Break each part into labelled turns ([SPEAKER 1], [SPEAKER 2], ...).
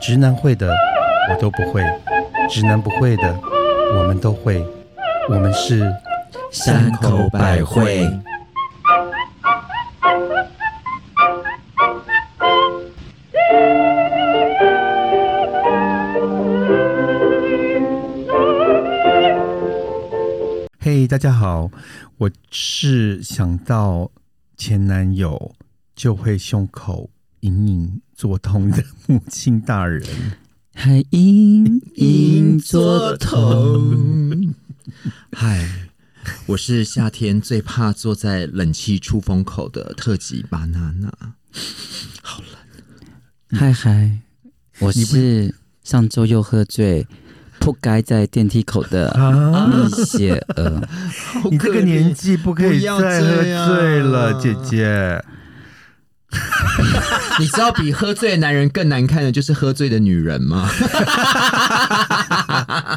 [SPEAKER 1] 直男会的我都不会，直男不会的我们都会，我们是
[SPEAKER 2] 山口百惠。
[SPEAKER 1] 嘿大家好，我是想到前男友就会胸口隐隐作痛的母亲大人。
[SPEAKER 2] 还隐隐作 痛。嗨，我是夏天最怕坐在冷气出风口的特级巴娜娜。好冷。
[SPEAKER 3] 嗨嗨，我是上周又喝醉，不该在电梯口的呃
[SPEAKER 1] 啊！
[SPEAKER 3] 蜜雪儿。
[SPEAKER 1] 你这个年纪不可以
[SPEAKER 2] 不要
[SPEAKER 1] 再喝
[SPEAKER 2] 这样
[SPEAKER 1] 醉了，姐姐。
[SPEAKER 2] 你知道比喝醉的男人更难看的就是喝醉的女人吗？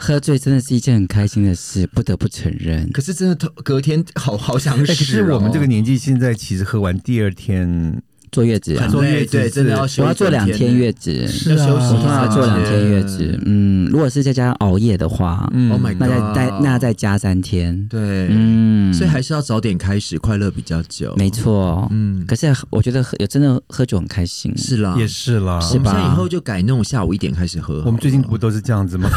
[SPEAKER 3] 喝醉真的是一件很开心的事，不得不承认。
[SPEAKER 2] 可是真的头，隔天好好想
[SPEAKER 1] 哎，可
[SPEAKER 2] 死、
[SPEAKER 1] 是
[SPEAKER 2] 哦。
[SPEAKER 1] 我们这个年纪现在其实喝完第二天，
[SPEAKER 3] 坐月子啊
[SPEAKER 2] 很，
[SPEAKER 1] 坐
[SPEAKER 2] 累
[SPEAKER 1] 月子
[SPEAKER 2] 对，
[SPEAKER 1] 是
[SPEAKER 2] 真的要休
[SPEAKER 3] 我要
[SPEAKER 2] 一
[SPEAKER 3] 坐
[SPEAKER 2] 整
[SPEAKER 3] 两天
[SPEAKER 2] 呢
[SPEAKER 3] 月子，
[SPEAKER 1] 是啊
[SPEAKER 2] 要休
[SPEAKER 3] 我
[SPEAKER 2] 息一
[SPEAKER 3] 通常
[SPEAKER 2] 下
[SPEAKER 3] 坐两天月子。嗯，如果是在家熬夜的话，
[SPEAKER 1] 嗯
[SPEAKER 2] Oh my god！
[SPEAKER 3] 那再再那再加三天。
[SPEAKER 2] 对，
[SPEAKER 3] 嗯，
[SPEAKER 2] 所以还是要早点开始，快乐比较久。
[SPEAKER 3] 没错。
[SPEAKER 2] 嗯，
[SPEAKER 3] 可是我觉得喝有真的喝酒很开心，
[SPEAKER 2] 是啦，
[SPEAKER 1] 也啊是啦。
[SPEAKER 2] 我们
[SPEAKER 3] 吧
[SPEAKER 2] 现在以后就改那种下午一点开始喝好了。
[SPEAKER 1] 我们最近不都是这样子吗？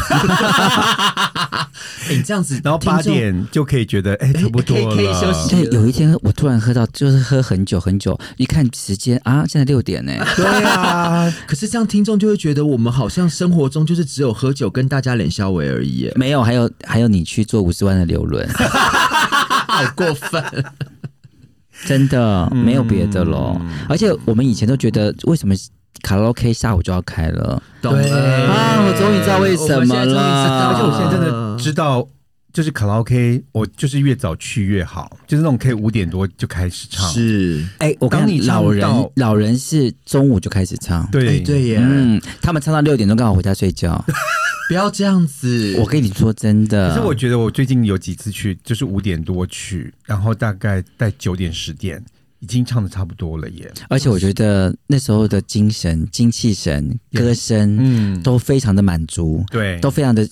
[SPEAKER 2] 哎，你这样子，
[SPEAKER 1] 然后八点就可以觉得，哎，差不多了，
[SPEAKER 2] 可以可以休息
[SPEAKER 3] 对，有一天我突然喝到，就是喝很久很久，一看时间啊，现在六点 呢、
[SPEAKER 1] 对啊，
[SPEAKER 2] 听众，可是这样听众就会觉得我们好像生活中就是只有喝酒跟大家脸消委而 已耶，
[SPEAKER 3] 没有，还有还有，你去做五十万的流轮，
[SPEAKER 2] 好过分。
[SPEAKER 3] 真的没有别的喽。
[SPEAKER 1] 嗯
[SPEAKER 3] 而且我们以前都觉得，为什么卡拉 OK 下午就要开了？
[SPEAKER 2] 懂了
[SPEAKER 3] 啊我终于知道为什么了
[SPEAKER 1] 而且啊我现在真的
[SPEAKER 2] 嗯
[SPEAKER 1] 知道，就是卡拉 OK，我就是越早去越好，就是那种可以五点多就开始唱，
[SPEAKER 2] 是，
[SPEAKER 3] 哎、我跟
[SPEAKER 1] 当你
[SPEAKER 3] 你
[SPEAKER 1] 唱
[SPEAKER 3] 老人
[SPEAKER 1] 到
[SPEAKER 3] 老人是中午就开始唱，，
[SPEAKER 1] 对
[SPEAKER 2] 哎，对耶，
[SPEAKER 3] 嗯，他们唱到六点钟刚好回家 睡觉。
[SPEAKER 2] 不要这样子。
[SPEAKER 3] 我跟你说真的，
[SPEAKER 1] 可是我觉得我最近有几次去，就是五点多去，然后大概在九点十点已经唱的差不多了耶。
[SPEAKER 3] 而且我觉得那时候的精神、精气神、
[SPEAKER 1] 也
[SPEAKER 3] 歌声、
[SPEAKER 1] 嗯，
[SPEAKER 3] 都非常的满足，
[SPEAKER 1] 对，
[SPEAKER 3] 都非常的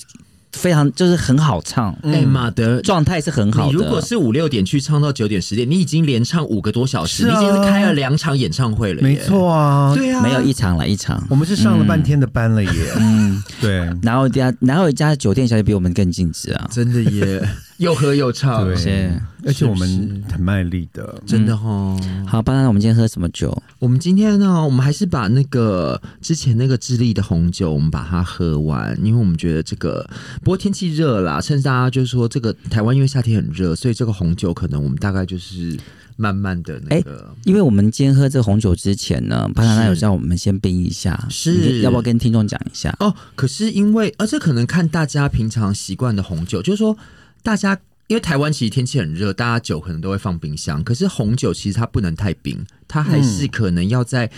[SPEAKER 3] 非常就是很好唱，
[SPEAKER 1] 嗯
[SPEAKER 2] 哎，马德，
[SPEAKER 3] 状态是很
[SPEAKER 2] 你
[SPEAKER 3] 好的。
[SPEAKER 2] 如果是五六点去唱到九点十点，你已经连唱五个多小
[SPEAKER 1] 是
[SPEAKER 2] 时，你
[SPEAKER 1] 啊
[SPEAKER 2] 已经是开了两场演唱会了，
[SPEAKER 1] 没，错啊，
[SPEAKER 2] 对啊，
[SPEAKER 3] 没有一场了一场，
[SPEAKER 1] 我们是上了半天的班了耶。
[SPEAKER 3] 嗯，
[SPEAKER 1] 对，
[SPEAKER 3] 然后家然后家酒店小姐比我们更尽职啊，
[SPEAKER 2] 真的 耶，又喝又唱，
[SPEAKER 1] 对
[SPEAKER 3] 是，
[SPEAKER 1] 而且我
[SPEAKER 2] 是
[SPEAKER 1] 们
[SPEAKER 2] 不
[SPEAKER 1] 很卖力的。
[SPEAKER 2] 真的哦哈。
[SPEAKER 3] 好吧，那我们今天喝什么酒？
[SPEAKER 2] 我们今天呢，我们还是把那个之前那个智利的红酒，我们把它喝完，因为我们觉得这个，不过天气热啦，趁大家就是说这个台湾因为夏天很热，所以这个红酒可能我们大概就是慢慢的那个，
[SPEAKER 3] 因为我们今天喝这红酒之前呢，巴拿那有叫我们先冰一下，
[SPEAKER 2] 是
[SPEAKER 3] 你要不要跟听众讲一下？
[SPEAKER 2] 哦，可是因为，而这可能看大家平常习惯的红酒，就是说大家。因为台湾其实天气很热，大家酒可能都会放冰箱。可是红酒其实它不能太冰，它还是
[SPEAKER 3] 嗯
[SPEAKER 2] 可能要在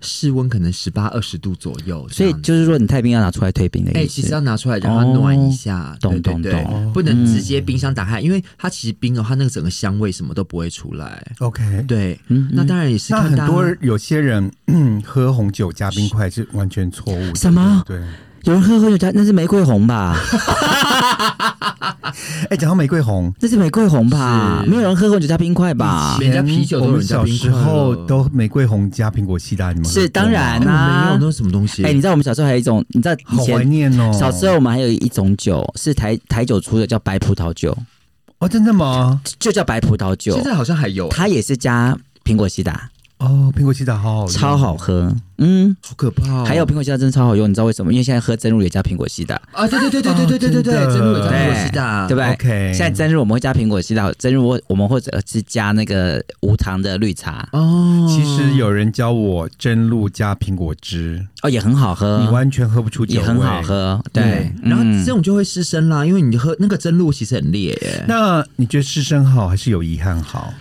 [SPEAKER 2] 室温可能十八二十度左右这
[SPEAKER 3] 所以
[SPEAKER 2] 样子。
[SPEAKER 3] 就是说，你太冰要拿出来退冰的
[SPEAKER 2] 哎、
[SPEAKER 3] 意
[SPEAKER 2] 其实
[SPEAKER 3] 思。
[SPEAKER 2] 要拿出来让它暖一下，
[SPEAKER 3] 懂
[SPEAKER 2] 对对
[SPEAKER 3] 懂
[SPEAKER 2] 对，
[SPEAKER 3] 懂
[SPEAKER 2] 不能直接冰箱打开，因为它其实冰的话，那个整个香味什么都不会出来。
[SPEAKER 1] OK，
[SPEAKER 2] 对，
[SPEAKER 3] 嗯
[SPEAKER 2] 啊那当然也是
[SPEAKER 1] 那
[SPEAKER 2] 看
[SPEAKER 1] 很
[SPEAKER 2] 大家
[SPEAKER 1] 多人有些人嗯喝红酒加冰块是完全错误的。
[SPEAKER 3] 什么
[SPEAKER 1] 对，
[SPEAKER 3] 有人喝喝酒加那是玫瑰红 吧？
[SPEAKER 1] 哎，讲到玫瑰红，
[SPEAKER 3] 那是玫瑰红吧？
[SPEAKER 2] 是嗯
[SPEAKER 3] 没有人喝红酒加冰块吧
[SPEAKER 2] 以？前人家啤酒都
[SPEAKER 1] 我
[SPEAKER 2] 有
[SPEAKER 1] 们
[SPEAKER 2] 人加
[SPEAKER 1] 小
[SPEAKER 2] 冰
[SPEAKER 1] 时
[SPEAKER 2] 块
[SPEAKER 1] 候
[SPEAKER 2] 了
[SPEAKER 1] 都玫瑰红加苹果西打，你们喝
[SPEAKER 3] 是
[SPEAKER 1] 过
[SPEAKER 3] 当然
[SPEAKER 2] 哎
[SPEAKER 1] 吗
[SPEAKER 2] 我们没
[SPEAKER 3] 啊
[SPEAKER 2] 有那是什么东西。
[SPEAKER 3] 哎、你知道我们小时候还有一种，你知道以
[SPEAKER 1] 好怀
[SPEAKER 3] 前
[SPEAKER 1] 念哦。
[SPEAKER 3] 小时候我们还有一种酒是台台酒出的，叫白葡萄酒，
[SPEAKER 1] 哦，真的吗？
[SPEAKER 3] 就叫白葡萄酒
[SPEAKER 2] 现。在好像还有、
[SPEAKER 3] 它也是加苹果西打，
[SPEAKER 1] 哦，苹果西打好好用，
[SPEAKER 3] 超好喝。嗯，
[SPEAKER 2] 好可怕、哦！
[SPEAKER 3] 还有苹果西打真的超好用，你知道为什么？因为现在喝真露也加苹果西打，
[SPEAKER 2] 啊，对对对对对对对对对，
[SPEAKER 1] 哦真的
[SPEAKER 2] 真的有加
[SPEAKER 3] 对
[SPEAKER 2] 苹果西达，
[SPEAKER 3] 对不对
[SPEAKER 1] OK
[SPEAKER 3] 现在真露我们会加苹果西打，真露我我们或者是加那个无糖的绿茶，
[SPEAKER 2] 哦，
[SPEAKER 1] 其实有人教我真露加苹果汁，
[SPEAKER 3] 哦，也很好
[SPEAKER 1] 你
[SPEAKER 3] 喝，
[SPEAKER 1] 完全喝不出酒
[SPEAKER 3] 也
[SPEAKER 1] 味，
[SPEAKER 3] 很好。喝。对
[SPEAKER 2] 对，，然后
[SPEAKER 3] 嗯
[SPEAKER 2] 这种就会失身啦，因为你喝那个真露其实很烈耶。
[SPEAKER 1] 那你觉得师生好还是有遗憾好？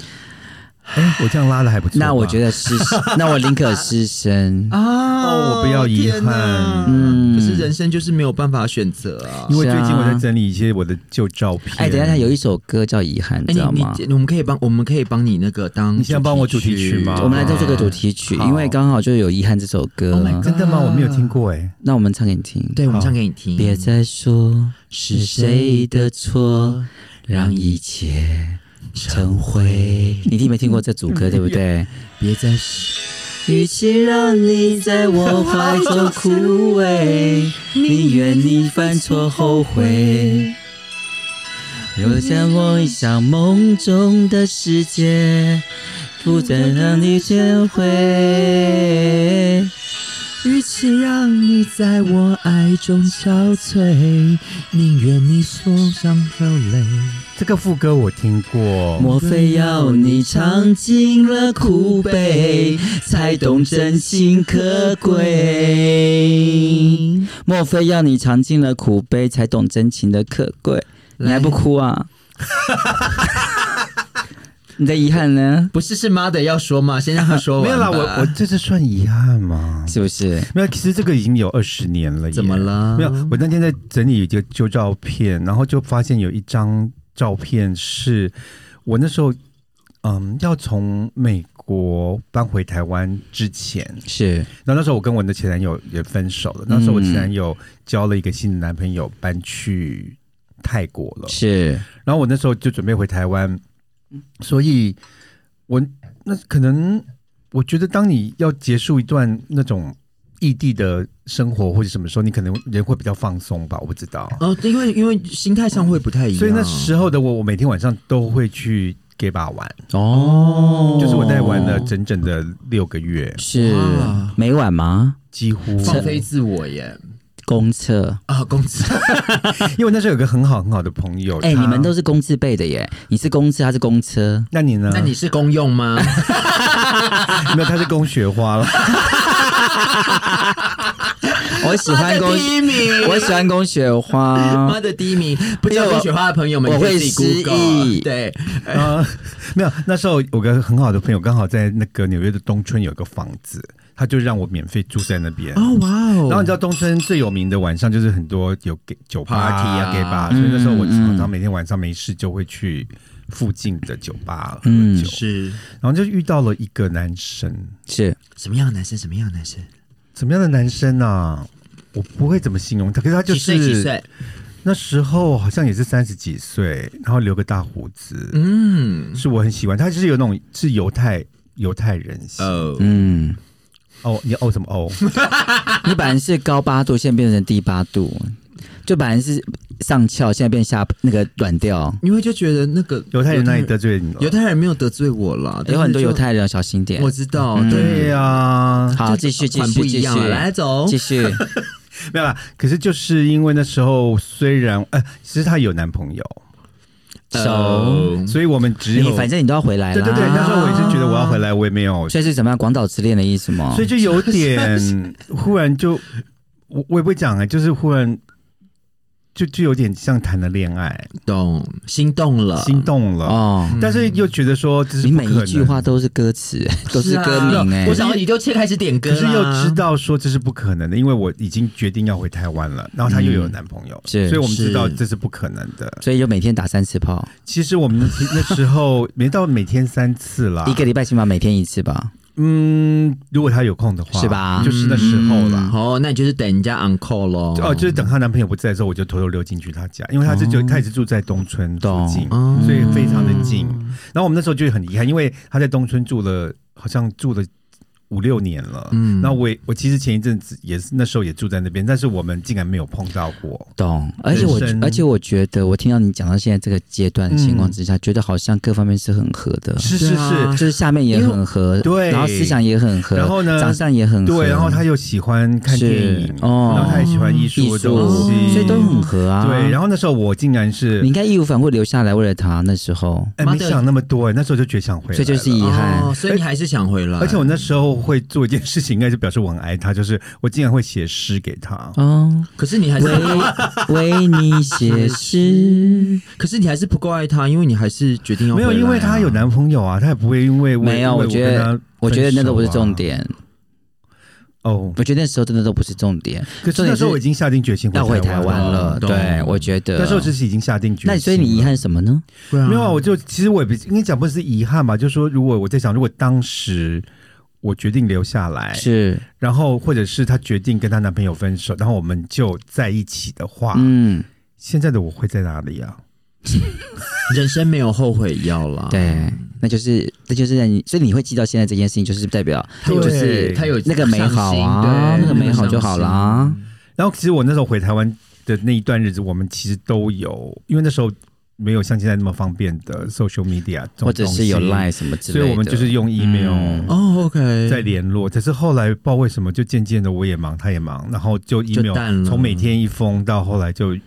[SPEAKER 1] 哎，我这样拉的还不错吧。
[SPEAKER 3] 那我觉
[SPEAKER 1] 得
[SPEAKER 3] 得 是，那我宁可失身。
[SPEAKER 2] 啊
[SPEAKER 1] 哦我不要遗
[SPEAKER 2] 天哪
[SPEAKER 1] 憾
[SPEAKER 3] 嗯
[SPEAKER 2] 可是人生就是没有办法选择啊。
[SPEAKER 1] 因为最
[SPEAKER 3] 是
[SPEAKER 1] 近
[SPEAKER 3] 啊
[SPEAKER 1] 我在整理一些我的旧照片。
[SPEAKER 3] 哎，等一下，有一首歌叫《遗憾》，你
[SPEAKER 2] 哎，
[SPEAKER 3] 知
[SPEAKER 2] 你
[SPEAKER 3] 道吗？
[SPEAKER 2] 你我们可以帮我们可以帮你那个当
[SPEAKER 1] 你现在帮我主题曲吗
[SPEAKER 3] 我们来做这个主题曲，
[SPEAKER 1] 好
[SPEAKER 3] 因为刚好就有《遗憾》这首歌
[SPEAKER 2] 哦 Oh my god
[SPEAKER 1] 真的吗？我没有听过哎。
[SPEAKER 3] 那我们唱给你听。
[SPEAKER 2] 对，我们
[SPEAKER 1] 好
[SPEAKER 2] 唱给你听。
[SPEAKER 3] 别再说是谁的错，让一切成灰。你听没听过这组歌，对不对？
[SPEAKER 2] 别再
[SPEAKER 3] 与其让你在我怀中枯萎，宁愿你犯错后悔。又想梦一想梦中的世界，不再让你见回。
[SPEAKER 2] 与其让你在我爱中憔悴，宁愿你受伤流泪。
[SPEAKER 1] 这个副歌我听过，
[SPEAKER 3] 莫非要你尝尽了苦悲，才懂真心可贵？莫非要你尝尽了苦悲，才懂真情的可贵？你还不哭 啊？你的遗憾呢？
[SPEAKER 2] 不是是妈的要说吗？先让他说
[SPEAKER 1] 没
[SPEAKER 2] 完
[SPEAKER 1] 有啦，
[SPEAKER 2] 吧
[SPEAKER 1] 我我这是算遗憾吗？
[SPEAKER 3] 是不是？
[SPEAKER 1] 没有，其实这个已经有二十年了耶。
[SPEAKER 2] 怎么了？
[SPEAKER 1] 没有，我那天在整理一个旧照片，然后就发现有一张照片是我那时候，嗯，要从美国搬回台湾之前，
[SPEAKER 3] 是
[SPEAKER 1] 然后那时候我跟我的前男友也分手了，那时候我前男友交了一个新的男朋友，搬去泰国了，
[SPEAKER 3] 是，
[SPEAKER 1] 然后我那时候就准备回台湾，
[SPEAKER 3] 嗯
[SPEAKER 1] 所以我那可能我觉得，当你要结束一段那种异地的生活或者什么时候，你可能人会比较放松吧，我不知道。
[SPEAKER 2] 哦，因为因为心态上会不太一样，
[SPEAKER 1] 所以那时候的我，我每天晚上都会去 gay 吧玩，
[SPEAKER 3] 哦
[SPEAKER 1] 就是我在玩了整整的六个月，
[SPEAKER 3] 是
[SPEAKER 2] 哇
[SPEAKER 3] 每晚吗？
[SPEAKER 1] 几乎
[SPEAKER 3] 嗯
[SPEAKER 2] 放飞自我耶
[SPEAKER 3] 公厕，
[SPEAKER 2] 啊，公司
[SPEAKER 1] 因为那时候有个很好很好的朋友，
[SPEAKER 3] 哎、
[SPEAKER 1] 他
[SPEAKER 3] 你们都是公字辈的耶，你是公厕，他是公车，
[SPEAKER 1] 那你 呢？
[SPEAKER 2] 那你是公用 吗？
[SPEAKER 1] 没有，他是供雪花了。
[SPEAKER 3] 我喜欢公
[SPEAKER 2] 妈的，第一名，
[SPEAKER 3] 我喜欢公雪花，
[SPEAKER 2] 妈的第一 名，不知道公雪花的朋友们，
[SPEAKER 3] 我
[SPEAKER 2] 你可以
[SPEAKER 3] 会
[SPEAKER 2] 自己
[SPEAKER 3] 失
[SPEAKER 2] Google
[SPEAKER 3] 忆
[SPEAKER 2] 对，
[SPEAKER 1] 啊、 没有，那时候有个很好的朋友，刚好在那个纽约的东村有个房子，他就让我免费住在那边。
[SPEAKER 2] 哦哇哦，
[SPEAKER 1] 然后你知道东村最有名的晚上就是很多有给酒吧
[SPEAKER 2] Party 啊
[SPEAKER 1] gay 吧，
[SPEAKER 3] 嗯
[SPEAKER 1] 所以那时候我常
[SPEAKER 3] 嗯
[SPEAKER 1] 常每天晚上没事就会去附近的酒吧喝
[SPEAKER 3] 嗯
[SPEAKER 1] 酒，
[SPEAKER 2] 是
[SPEAKER 1] 然后就遇到了一个男生，
[SPEAKER 3] 是
[SPEAKER 2] 什么样的男生？什么样的男生？
[SPEAKER 1] 怎么样的男生啊？我不会怎么形容他，可是他就
[SPEAKER 2] 几岁？几
[SPEAKER 1] 是
[SPEAKER 2] 岁？
[SPEAKER 1] 那时候好像也是三十几岁，然后留个大胡子，
[SPEAKER 2] 嗯，
[SPEAKER 1] 是我很喜欢。他就是有那种是犹太犹太人型
[SPEAKER 2] 哦，
[SPEAKER 3] 嗯，
[SPEAKER 1] 哦，你哦什么 哦？
[SPEAKER 3] 你本来是高八度，现在变成低八度，就本来是上翘，现在变下那个软调。
[SPEAKER 2] 因为就觉得那个
[SPEAKER 1] 犹太人哪里
[SPEAKER 2] 犹
[SPEAKER 1] 得罪你了？
[SPEAKER 2] 犹太人没有得罪我了，
[SPEAKER 1] 哎
[SPEAKER 2] 但是
[SPEAKER 3] 有很多
[SPEAKER 2] 就
[SPEAKER 3] 犹，太人要小心点
[SPEAKER 2] 我。知道，
[SPEAKER 3] 嗯
[SPEAKER 1] 对啊
[SPEAKER 2] 对。
[SPEAKER 1] 呀、
[SPEAKER 3] 好，
[SPEAKER 2] 就
[SPEAKER 3] 继续继
[SPEAKER 2] 款
[SPEAKER 3] 续
[SPEAKER 2] 不一
[SPEAKER 3] 继续
[SPEAKER 1] 啊
[SPEAKER 2] 样了，来
[SPEAKER 1] 哦
[SPEAKER 2] 走
[SPEAKER 3] 继续。
[SPEAKER 1] 没有啦。可是就是因为那时候，虽然呃，其实她有男朋友，
[SPEAKER 3] 手
[SPEAKER 1] 所以我们只
[SPEAKER 3] 你
[SPEAKER 1] 有
[SPEAKER 3] 反正你都要回来
[SPEAKER 1] 对
[SPEAKER 3] 啦。
[SPEAKER 1] 对对，那时候我也是觉得我要回来，我也没 有，
[SPEAKER 3] 所以是怎么样？广岛之恋的意思吗？
[SPEAKER 1] 所以就有 点忽然就我我也不会讲哎、就是忽然就就有点像谈了恋爱，
[SPEAKER 2] 懂，心动了，
[SPEAKER 1] 心动了，
[SPEAKER 3] 呃哦，
[SPEAKER 1] 但是又觉得说这是
[SPEAKER 3] 你
[SPEAKER 1] 不
[SPEAKER 3] 每
[SPEAKER 1] 可能
[SPEAKER 3] 一句话。都是歌词，都是
[SPEAKER 2] 啊
[SPEAKER 3] 歌名哎
[SPEAKER 2] 我。想你就切开始点歌
[SPEAKER 1] 可
[SPEAKER 2] 啦，
[SPEAKER 1] 是又知道说这是不可能的，因为我已经决定要回台湾了，然后她又有男朋友，
[SPEAKER 3] 是
[SPEAKER 1] 所以我们知道
[SPEAKER 2] 是
[SPEAKER 1] 这是不可能的。
[SPEAKER 3] 所以就每天打三次炮，
[SPEAKER 1] 其实我们那那时候没到每天三次啦，
[SPEAKER 3] 一个礼拜起码每天一次吧。
[SPEAKER 1] 嗯，如果她有空的话，
[SPEAKER 3] 是吧
[SPEAKER 1] 就是那时候啦。
[SPEAKER 2] 哦，那你就是等人家 uncle 咯。
[SPEAKER 1] 哦，就是等她男朋友不在的时候，我就偷偷溜进去她家，因为她是就她也是住在东村附
[SPEAKER 3] 嗯懂
[SPEAKER 1] 近，
[SPEAKER 2] 哦
[SPEAKER 1] 所以非常的近。然后我们那时候就很遗憾，因为她在东村住了，好像住了五六年了。
[SPEAKER 2] 嗯
[SPEAKER 1] 那我也我其实前一阵子也是那时候也住在那边，但是我们竟然没有碰到过。
[SPEAKER 3] 懂，而且我
[SPEAKER 1] 人生
[SPEAKER 3] 而且我觉得，我听到你讲到现在这个阶段的情况
[SPEAKER 1] 嗯
[SPEAKER 3] 之下，觉得好像各方面是很合的，
[SPEAKER 1] 是是
[SPEAKER 2] 对
[SPEAKER 1] 是，
[SPEAKER 2] 啊
[SPEAKER 3] 就是下面也很合，
[SPEAKER 1] 对
[SPEAKER 3] 然后思想也很合，
[SPEAKER 1] 然后呢
[SPEAKER 3] 长相也很合，
[SPEAKER 1] 对。然后她又喜欢看
[SPEAKER 3] 啊是
[SPEAKER 1] 电影，
[SPEAKER 3] 哦
[SPEAKER 1] 然后她也喜欢艺术
[SPEAKER 3] 艺
[SPEAKER 1] 的东
[SPEAKER 3] 术，
[SPEAKER 1] 西，
[SPEAKER 3] 所以都很合啊。
[SPEAKER 1] 对。然后那时候我竟然是
[SPEAKER 3] 你应该义无反顾留下来，为了他那时候，
[SPEAKER 1] 哎，
[SPEAKER 2] 妈
[SPEAKER 1] 没
[SPEAKER 2] 的
[SPEAKER 1] 想那么多哎、那时候就觉得想回来了，
[SPEAKER 3] 所以就是遗憾嗯
[SPEAKER 2] 哦所以你还是想回来。
[SPEAKER 1] 而且我那时候会做一件事情，应该就表示我很爱他，就是我竟然会写诗给他。
[SPEAKER 3] 哦，
[SPEAKER 2] 可是你还是，
[SPEAKER 3] 为 为你写诗。
[SPEAKER 2] 可是你还是不够爱他，因为你还是决定要
[SPEAKER 1] 没有，
[SPEAKER 2] 回来啊
[SPEAKER 1] 因为她有男朋友啊，她也不会因为为
[SPEAKER 3] 嗯没有，
[SPEAKER 1] 为
[SPEAKER 3] 我
[SPEAKER 1] 我
[SPEAKER 3] 觉
[SPEAKER 1] 跟她
[SPEAKER 3] 得
[SPEAKER 1] 分手啊，
[SPEAKER 3] 我觉得那都不是重点。
[SPEAKER 1] 哦。
[SPEAKER 3] 我觉得那时候真的都不是重点，
[SPEAKER 1] 可是
[SPEAKER 3] 重
[SPEAKER 1] 那
[SPEAKER 3] 点
[SPEAKER 1] 时
[SPEAKER 3] 是
[SPEAKER 1] 候我已经下定决心
[SPEAKER 3] 要回台湾
[SPEAKER 1] 湾
[SPEAKER 3] 了。
[SPEAKER 2] 懂
[SPEAKER 3] 对，我觉得
[SPEAKER 1] 那时候只是已经下定决心了。
[SPEAKER 3] 那所以你遗憾什么呢？
[SPEAKER 2] 对啊
[SPEAKER 1] 没有啊，我就其实我也不应该讲不是遗憾吧，就是说如果我在想，如果当时我决定留下来，
[SPEAKER 3] 是，
[SPEAKER 1] 然后或者是她决定跟她男朋友分手，然后我们就在一起的话，
[SPEAKER 3] 嗯，
[SPEAKER 1] 现在的我会在哪里啊？
[SPEAKER 2] 人生没有后悔药啦。
[SPEAKER 3] 对，那就是那就是让你，所以你会记到现在这件事情，就是代表
[SPEAKER 2] 他有，
[SPEAKER 1] 就是
[SPEAKER 2] 他有
[SPEAKER 3] 那个美好啊
[SPEAKER 2] 上心对
[SPEAKER 3] 那个美好就好啦
[SPEAKER 1] 然后其实我那时候回台湾的那一段日子，我们其实都有，因为那时候没有像现在那么方便的 social media，这种
[SPEAKER 3] 或者是有
[SPEAKER 1] 东西
[SPEAKER 3] lie 什么之类
[SPEAKER 1] 所
[SPEAKER 3] 的，
[SPEAKER 1] 以我们就是用 email、
[SPEAKER 3] 嗯
[SPEAKER 2] 哦，OK，
[SPEAKER 1] 在联络，可是后来不知道为什么，就渐渐的我也忙，他也忙，然后就
[SPEAKER 2] 就
[SPEAKER 1] email
[SPEAKER 2] 淡了
[SPEAKER 1] 从每天一封到后来就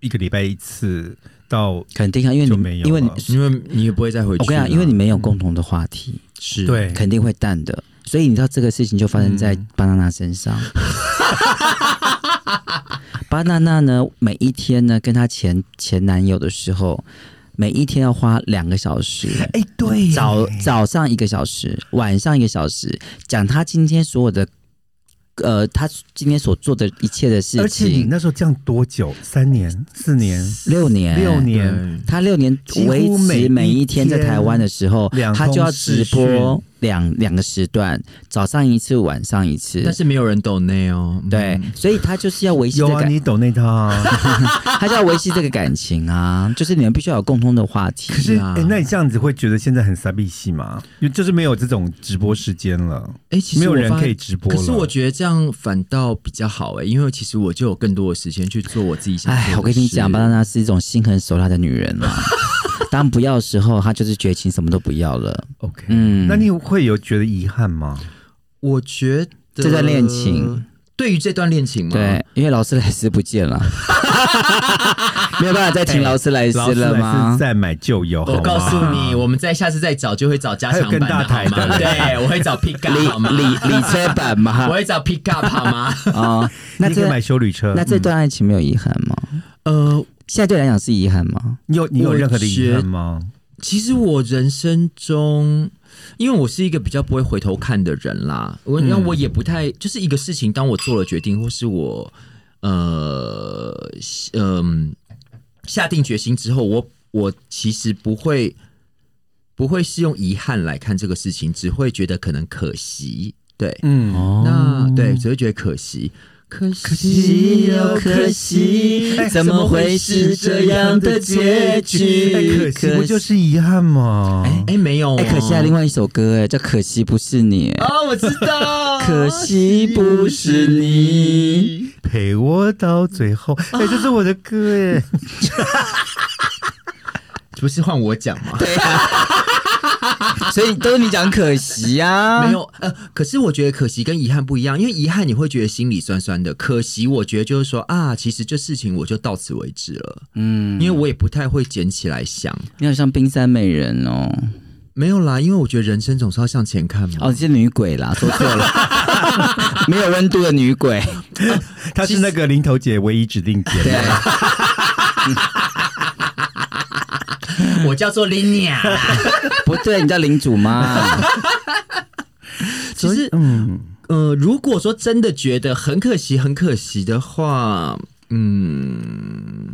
[SPEAKER 1] 一个礼拜一次，到
[SPEAKER 3] 肯定啊，因为
[SPEAKER 1] 就
[SPEAKER 3] 你
[SPEAKER 1] 没有
[SPEAKER 3] 因为你
[SPEAKER 1] 了
[SPEAKER 2] 因为你也不会再回去
[SPEAKER 3] 我
[SPEAKER 2] 啦。
[SPEAKER 3] 跟你讲，因为你没有共同的话题，
[SPEAKER 2] 是，
[SPEAKER 1] 对嗯
[SPEAKER 3] 肯定会淡的。所以你知道这个事情就发生在巴娜娜身上。 巴娜娜呢，每一天呢跟她前前男友的时候，每一天要花两个小时。
[SPEAKER 1] 哎、对耶
[SPEAKER 3] 早早上一个小时，晚上一个小时，讲她今天所有的，呃，她今天所做的一切的事
[SPEAKER 1] 而且你
[SPEAKER 3] 情，
[SPEAKER 1] 那时候这样多久？三年、四年、
[SPEAKER 3] 六年，
[SPEAKER 1] 六
[SPEAKER 2] 对
[SPEAKER 1] 年，
[SPEAKER 3] 他六年
[SPEAKER 1] 几乎
[SPEAKER 3] 维
[SPEAKER 1] 每一
[SPEAKER 3] 持每一天在
[SPEAKER 1] 天
[SPEAKER 3] 台湾的时候
[SPEAKER 1] 两，
[SPEAKER 3] 他
[SPEAKER 1] 通
[SPEAKER 3] 就要
[SPEAKER 1] 视
[SPEAKER 3] 直
[SPEAKER 1] 讯
[SPEAKER 3] 播两两个时段，早上一次，晚上一次
[SPEAKER 2] 但。是没有人懂内哦。
[SPEAKER 3] 对
[SPEAKER 2] 嗯，
[SPEAKER 3] 所以他就是要维系这
[SPEAKER 1] 有
[SPEAKER 3] 个
[SPEAKER 1] 啊，
[SPEAKER 3] 感，
[SPEAKER 1] 你懂那套啊。
[SPEAKER 3] 他就要维系这个感情啊，就是你们必须要有共通的话题。
[SPEAKER 1] 可是，
[SPEAKER 2] 啊
[SPEAKER 1] 哎、那你这样子会觉得现在很傻逼戏吗？因为就是没有这种直播时间了，
[SPEAKER 2] 哎，其实
[SPEAKER 1] 没有
[SPEAKER 2] 我
[SPEAKER 1] 人
[SPEAKER 2] 发
[SPEAKER 1] 可以直播了。
[SPEAKER 2] 可是我觉得这样反倒比较好哎、因为其实我就有更多的时间去做我自己想做的
[SPEAKER 3] 哎，我跟你讲，
[SPEAKER 2] 事
[SPEAKER 3] 巴娜娜是一种心狠手辣的女人 啊。当不要的时候，她就是绝情，什么都不要了。
[SPEAKER 1] OK，、
[SPEAKER 3] 嗯，
[SPEAKER 1] 那你会有觉得遗憾吗？
[SPEAKER 2] 我觉得
[SPEAKER 3] 这段恋情，
[SPEAKER 2] 对于这段恋情吗？
[SPEAKER 3] 对，因为劳斯莱斯不 见了，没有办法再听劳斯莱斯
[SPEAKER 1] 劳斯
[SPEAKER 3] 了
[SPEAKER 1] 莱
[SPEAKER 3] 吗
[SPEAKER 1] 斯？再买旧油，好
[SPEAKER 2] 我
[SPEAKER 1] 吗
[SPEAKER 2] 告诉 你，我们再下次再找就会找加强版的
[SPEAKER 1] 还有更
[SPEAKER 2] 好
[SPEAKER 1] 大
[SPEAKER 2] 吗？对，我会找
[SPEAKER 3] 里
[SPEAKER 2] Pickup 好吗？
[SPEAKER 3] 里里车版吗
[SPEAKER 2] 我？会找 Pickup 好吗？
[SPEAKER 3] 哦，那
[SPEAKER 1] 你可
[SPEAKER 3] 这
[SPEAKER 1] 以买嗯修旅车。
[SPEAKER 3] 那这段爱情没有遗憾吗？
[SPEAKER 2] 呃，
[SPEAKER 3] 现在对你来讲是遗憾吗？
[SPEAKER 1] 你有你有
[SPEAKER 3] 嗯
[SPEAKER 2] 我
[SPEAKER 1] 任何的遗
[SPEAKER 2] 觉
[SPEAKER 1] 憾吗？
[SPEAKER 2] 其实我人生中，因为我是一个比较不会回头看的人啦，我那、我也不太就是一个事情，当我做了决定，或是我呃嗯、下定决心之后，我我其实不会不会是用遗憾来看这个事情，只会觉得可能可惜，对，
[SPEAKER 1] 嗯，
[SPEAKER 3] 哦
[SPEAKER 2] 那对只会觉得可惜，可惜，可
[SPEAKER 3] 惜又可惜
[SPEAKER 1] 哎
[SPEAKER 3] 怎么会是这样的结局
[SPEAKER 1] 哎可
[SPEAKER 3] 可
[SPEAKER 1] 惜
[SPEAKER 3] 惜
[SPEAKER 1] 不就是遗憾吗？
[SPEAKER 2] 哎、没有、哦，
[SPEAKER 3] 哎、可惜还有另外一首歌哎，叫《可惜不是你》哎
[SPEAKER 2] 哦，我知道，
[SPEAKER 3] 可惜不是你。
[SPEAKER 1] 陪我到最后，
[SPEAKER 3] 啊
[SPEAKER 1] 哎，这是我的歌 哎，
[SPEAKER 2] 不是换我讲吗？
[SPEAKER 3] 对呀、所以都是你讲可惜 啊呀、
[SPEAKER 2] 没有，呃，可是我觉得可惜跟遗憾不一样，因为遗憾你会觉得心里酸酸的，可惜我觉得就是说啊，其实这事情我就到此为止了，
[SPEAKER 3] 嗯，
[SPEAKER 2] 因为我也不太会捡起来想。
[SPEAKER 3] 你好像冰山美人哦，
[SPEAKER 2] 没有啦，因为我觉得人生总是要向前看嘛。
[SPEAKER 3] 哦，你是女鬼啦，说错了，没有温度的女鬼，
[SPEAKER 1] 她是那个林头姐唯一指定姐
[SPEAKER 3] 对
[SPEAKER 1] 妹。，
[SPEAKER 2] 我叫做 Linia。
[SPEAKER 3] 不对，你叫领主吗？
[SPEAKER 2] 其实，
[SPEAKER 1] 嗯，
[SPEAKER 2] 呃，如果说真的觉得很可惜、很可惜的话，嗯，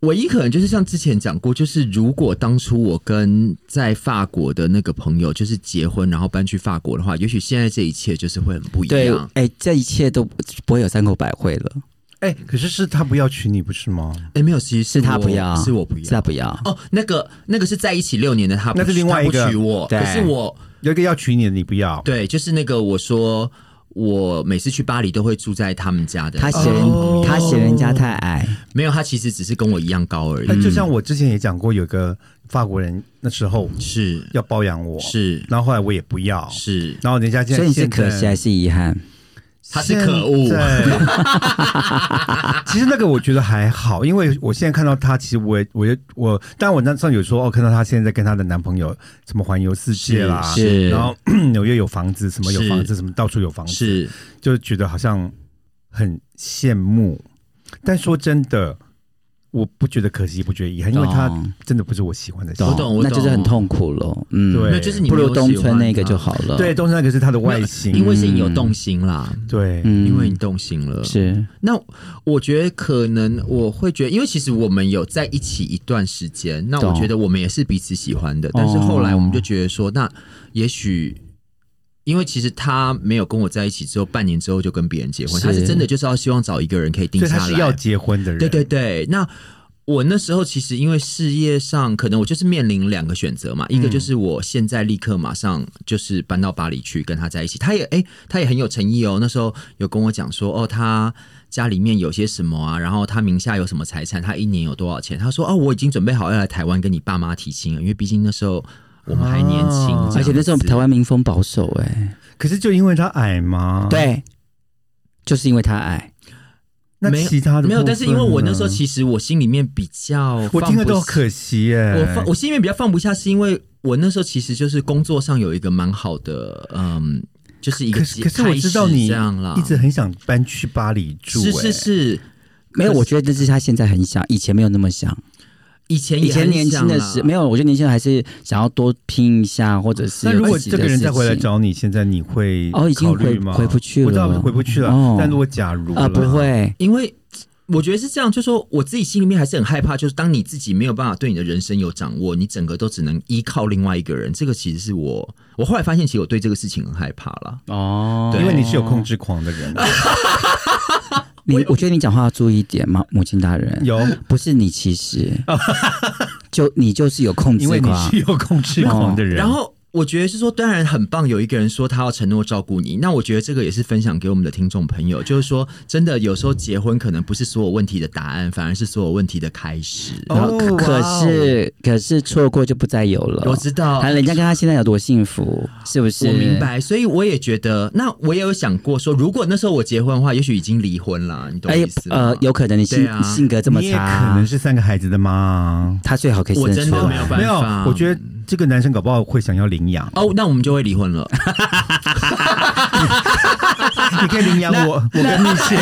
[SPEAKER 2] 唯一可能就是像之前讲过，就是如果当初我跟在法国的那个朋友就是结婚，然后搬去法国的话，也许现在这一切就是会很不一
[SPEAKER 3] 对
[SPEAKER 2] 样，。
[SPEAKER 3] 哎、这一切都不会有三口百惠了，
[SPEAKER 1] 哎，可是是她不要娶你，不是吗？
[SPEAKER 2] 哎，没有，其实
[SPEAKER 3] 是他
[SPEAKER 2] 我
[SPEAKER 3] 不要，
[SPEAKER 2] 是我不要，
[SPEAKER 3] 是他不要。
[SPEAKER 2] 哦，那个那个是在一起六年的他不，
[SPEAKER 1] 那是另外一个
[SPEAKER 2] 他不娶我，
[SPEAKER 3] 对
[SPEAKER 2] 可是我
[SPEAKER 1] 有一个要娶你的，你不要。
[SPEAKER 2] 对，就是那个我说我每次去巴黎都会住在他们家的，
[SPEAKER 3] 他嫌人，
[SPEAKER 1] 哦
[SPEAKER 3] 他嫌人家太矮，
[SPEAKER 2] 没有，他其实只是跟我一样高而已。
[SPEAKER 1] 哎，
[SPEAKER 3] 嗯
[SPEAKER 1] 就像我之前也讲过，有个法国人那时候
[SPEAKER 3] 嗯
[SPEAKER 2] 嗯是
[SPEAKER 1] 要包养我，
[SPEAKER 2] 是
[SPEAKER 1] 然后后来我也不要，
[SPEAKER 2] 是，
[SPEAKER 1] 然后人家现
[SPEAKER 3] 所以
[SPEAKER 1] 在
[SPEAKER 3] 你是
[SPEAKER 1] 现
[SPEAKER 3] 可惜还
[SPEAKER 1] 在
[SPEAKER 3] 是遗憾？
[SPEAKER 2] 他是可恶
[SPEAKER 1] 现 在其实那个我觉得还好，因为我现在看到她，其实我也我也我，当然我那上有说哦，看到她现在在跟她的男朋友什么环游世界啦，
[SPEAKER 3] 是
[SPEAKER 1] 然后 纽约有房子，什么有房子，
[SPEAKER 2] 是
[SPEAKER 1] 什么到处有房子，
[SPEAKER 2] 是
[SPEAKER 1] 就觉得好像很羡慕。但说真的，我不觉得可惜，不觉得遗憾，因为她
[SPEAKER 3] 懂
[SPEAKER 1] 真的不是我喜欢的型。
[SPEAKER 2] 我哦懂我
[SPEAKER 3] 那
[SPEAKER 2] 懂
[SPEAKER 3] 就是很痛苦了。嗯，
[SPEAKER 1] 对
[SPEAKER 2] 没有就是你
[SPEAKER 3] 不
[SPEAKER 2] 没
[SPEAKER 3] 如
[SPEAKER 2] 有
[SPEAKER 3] 东
[SPEAKER 2] 喜欢
[SPEAKER 3] 村那个
[SPEAKER 2] 他
[SPEAKER 3] 就好了。
[SPEAKER 1] 对，，东山那个是她的外形，
[SPEAKER 2] 因为是你有动心啦，
[SPEAKER 1] 对，
[SPEAKER 3] 嗯
[SPEAKER 2] 因为你动心了。
[SPEAKER 3] 是
[SPEAKER 2] 那我觉得可能我会觉得，因为其实我们有在一起一段时间，那我
[SPEAKER 3] 懂
[SPEAKER 2] 觉得我们也是彼此喜欢的，但是后来我们就觉得说，那也许。因为其实他没有跟我在一起之后，半年之后就跟别人结婚，
[SPEAKER 3] 是
[SPEAKER 2] 他是真的就是要希望找一个人可以定
[SPEAKER 1] 所以
[SPEAKER 2] 下
[SPEAKER 1] 她
[SPEAKER 2] 来，
[SPEAKER 1] 是要结婚的人，
[SPEAKER 2] 对对对，那我那时候其实因为事业上，可能我就是面临两个选择嘛，一个就是
[SPEAKER 3] 嗯
[SPEAKER 2] 我现在立刻马上就是搬到巴黎去跟他在一起，他也哎、他也很有诚意哦，那时候有跟我讲说哦，他家里面有些什么啊，然后他名下有什么财产，他一年有多少钱，他说哦，我已经准备好要来台湾跟你爸妈提亲了，因为毕竟那时候我们还年轻，
[SPEAKER 1] 哦
[SPEAKER 2] 这样
[SPEAKER 3] 而且那时候
[SPEAKER 2] 子
[SPEAKER 3] 台湾民风保守哎、
[SPEAKER 1] 可是就因为她矮嘛，，
[SPEAKER 3] 对，就是因为他矮，
[SPEAKER 1] 那
[SPEAKER 2] 没有
[SPEAKER 1] 其他的
[SPEAKER 2] 没有，
[SPEAKER 1] 部
[SPEAKER 2] 但是因为
[SPEAKER 3] 嗯
[SPEAKER 1] 分
[SPEAKER 2] 我那
[SPEAKER 1] 呢
[SPEAKER 2] 时候其实我心里面比较
[SPEAKER 1] 我
[SPEAKER 2] 放
[SPEAKER 1] 听了
[SPEAKER 2] 不
[SPEAKER 1] 都
[SPEAKER 2] 下
[SPEAKER 1] 可惜耶，
[SPEAKER 2] 我放我心里面比较放不下，是因为我那时候其实就是工作上有一个蛮好的，嗯，就是一个
[SPEAKER 1] 可是
[SPEAKER 2] 机
[SPEAKER 1] 可是我知道
[SPEAKER 2] 开始
[SPEAKER 1] 你
[SPEAKER 2] 这样啦，
[SPEAKER 1] 一直很想搬去巴黎住、
[SPEAKER 2] 是是
[SPEAKER 1] 哎，
[SPEAKER 2] 是，
[SPEAKER 3] 没有，
[SPEAKER 2] 可是
[SPEAKER 3] 我觉得这是他现在很想，以前没有那么想。
[SPEAKER 2] 以前
[SPEAKER 3] 以
[SPEAKER 2] 哎也很
[SPEAKER 3] 前年轻的时
[SPEAKER 2] 想啦啊
[SPEAKER 3] 没有，我觉得年轻人还是想要多拼一下，或者是
[SPEAKER 1] 那如
[SPEAKER 3] 有
[SPEAKER 1] 果
[SPEAKER 3] 自己
[SPEAKER 1] 这个
[SPEAKER 3] 的
[SPEAKER 1] 人
[SPEAKER 3] 事
[SPEAKER 1] 再回来
[SPEAKER 3] 情
[SPEAKER 1] 找你，现在你会
[SPEAKER 3] 哦已经
[SPEAKER 1] 考虑
[SPEAKER 3] 回
[SPEAKER 1] 吗？
[SPEAKER 3] 回不去
[SPEAKER 1] 我知道
[SPEAKER 3] 了
[SPEAKER 1] 回不去了。
[SPEAKER 3] 哦
[SPEAKER 1] 但如果假如
[SPEAKER 3] 啊、
[SPEAKER 1] 啦
[SPEAKER 3] 不，会，
[SPEAKER 2] 因为我觉得是这样，就说我自己心里面还是很害怕，就是当你自己没有办法对你的人生有掌握，你整个都只能依靠另外一个人，这个其实是我，我后来发现其实我对这个事情很害怕啦。
[SPEAKER 3] 哦
[SPEAKER 2] 对
[SPEAKER 1] 因为你是有控制狂的人，
[SPEAKER 3] 你，我觉得你讲话要注意一点嘛，母亲大人，
[SPEAKER 1] 有，
[SPEAKER 3] 不是你其实，就你就是有控
[SPEAKER 1] 因为
[SPEAKER 3] 制
[SPEAKER 1] 你
[SPEAKER 3] 狂
[SPEAKER 1] 是，有控制狂的人。
[SPEAKER 2] 然后我觉得是说，当然很棒，有一个人说他要承诺照顾你，那我觉得这个也是分享给我们的听众朋友，就是说，真的有时候结婚可能不是所有问题的答案，反而是所有问题的开始。
[SPEAKER 1] 哦
[SPEAKER 3] 然后可可
[SPEAKER 1] 哇哦
[SPEAKER 3] 是可是错过就不再有了啊
[SPEAKER 2] 我。知道
[SPEAKER 3] 还。有人家跟他现在有多幸福，是不是？
[SPEAKER 2] 我明。白，所以我也觉得，那我也有想过说，如果那时候我结婚的话，也许已经离婚了，你懂我
[SPEAKER 3] 哎
[SPEAKER 2] 意思，吗？
[SPEAKER 3] 呃，有可能你性、
[SPEAKER 2] 对啊
[SPEAKER 3] 性格这么
[SPEAKER 1] 你也可
[SPEAKER 3] 差
[SPEAKER 1] 能，是三个孩子的妈，
[SPEAKER 3] 他最好可以
[SPEAKER 2] 我
[SPEAKER 3] 生得
[SPEAKER 2] 真
[SPEAKER 3] 出
[SPEAKER 2] 的没
[SPEAKER 3] 来
[SPEAKER 2] 有。办法。
[SPEAKER 1] 没有，我觉得这个男生搞不好会想要领 养，
[SPEAKER 2] 哦，那我们就会离婚了。
[SPEAKER 1] 你可以领养我，我跟你姐。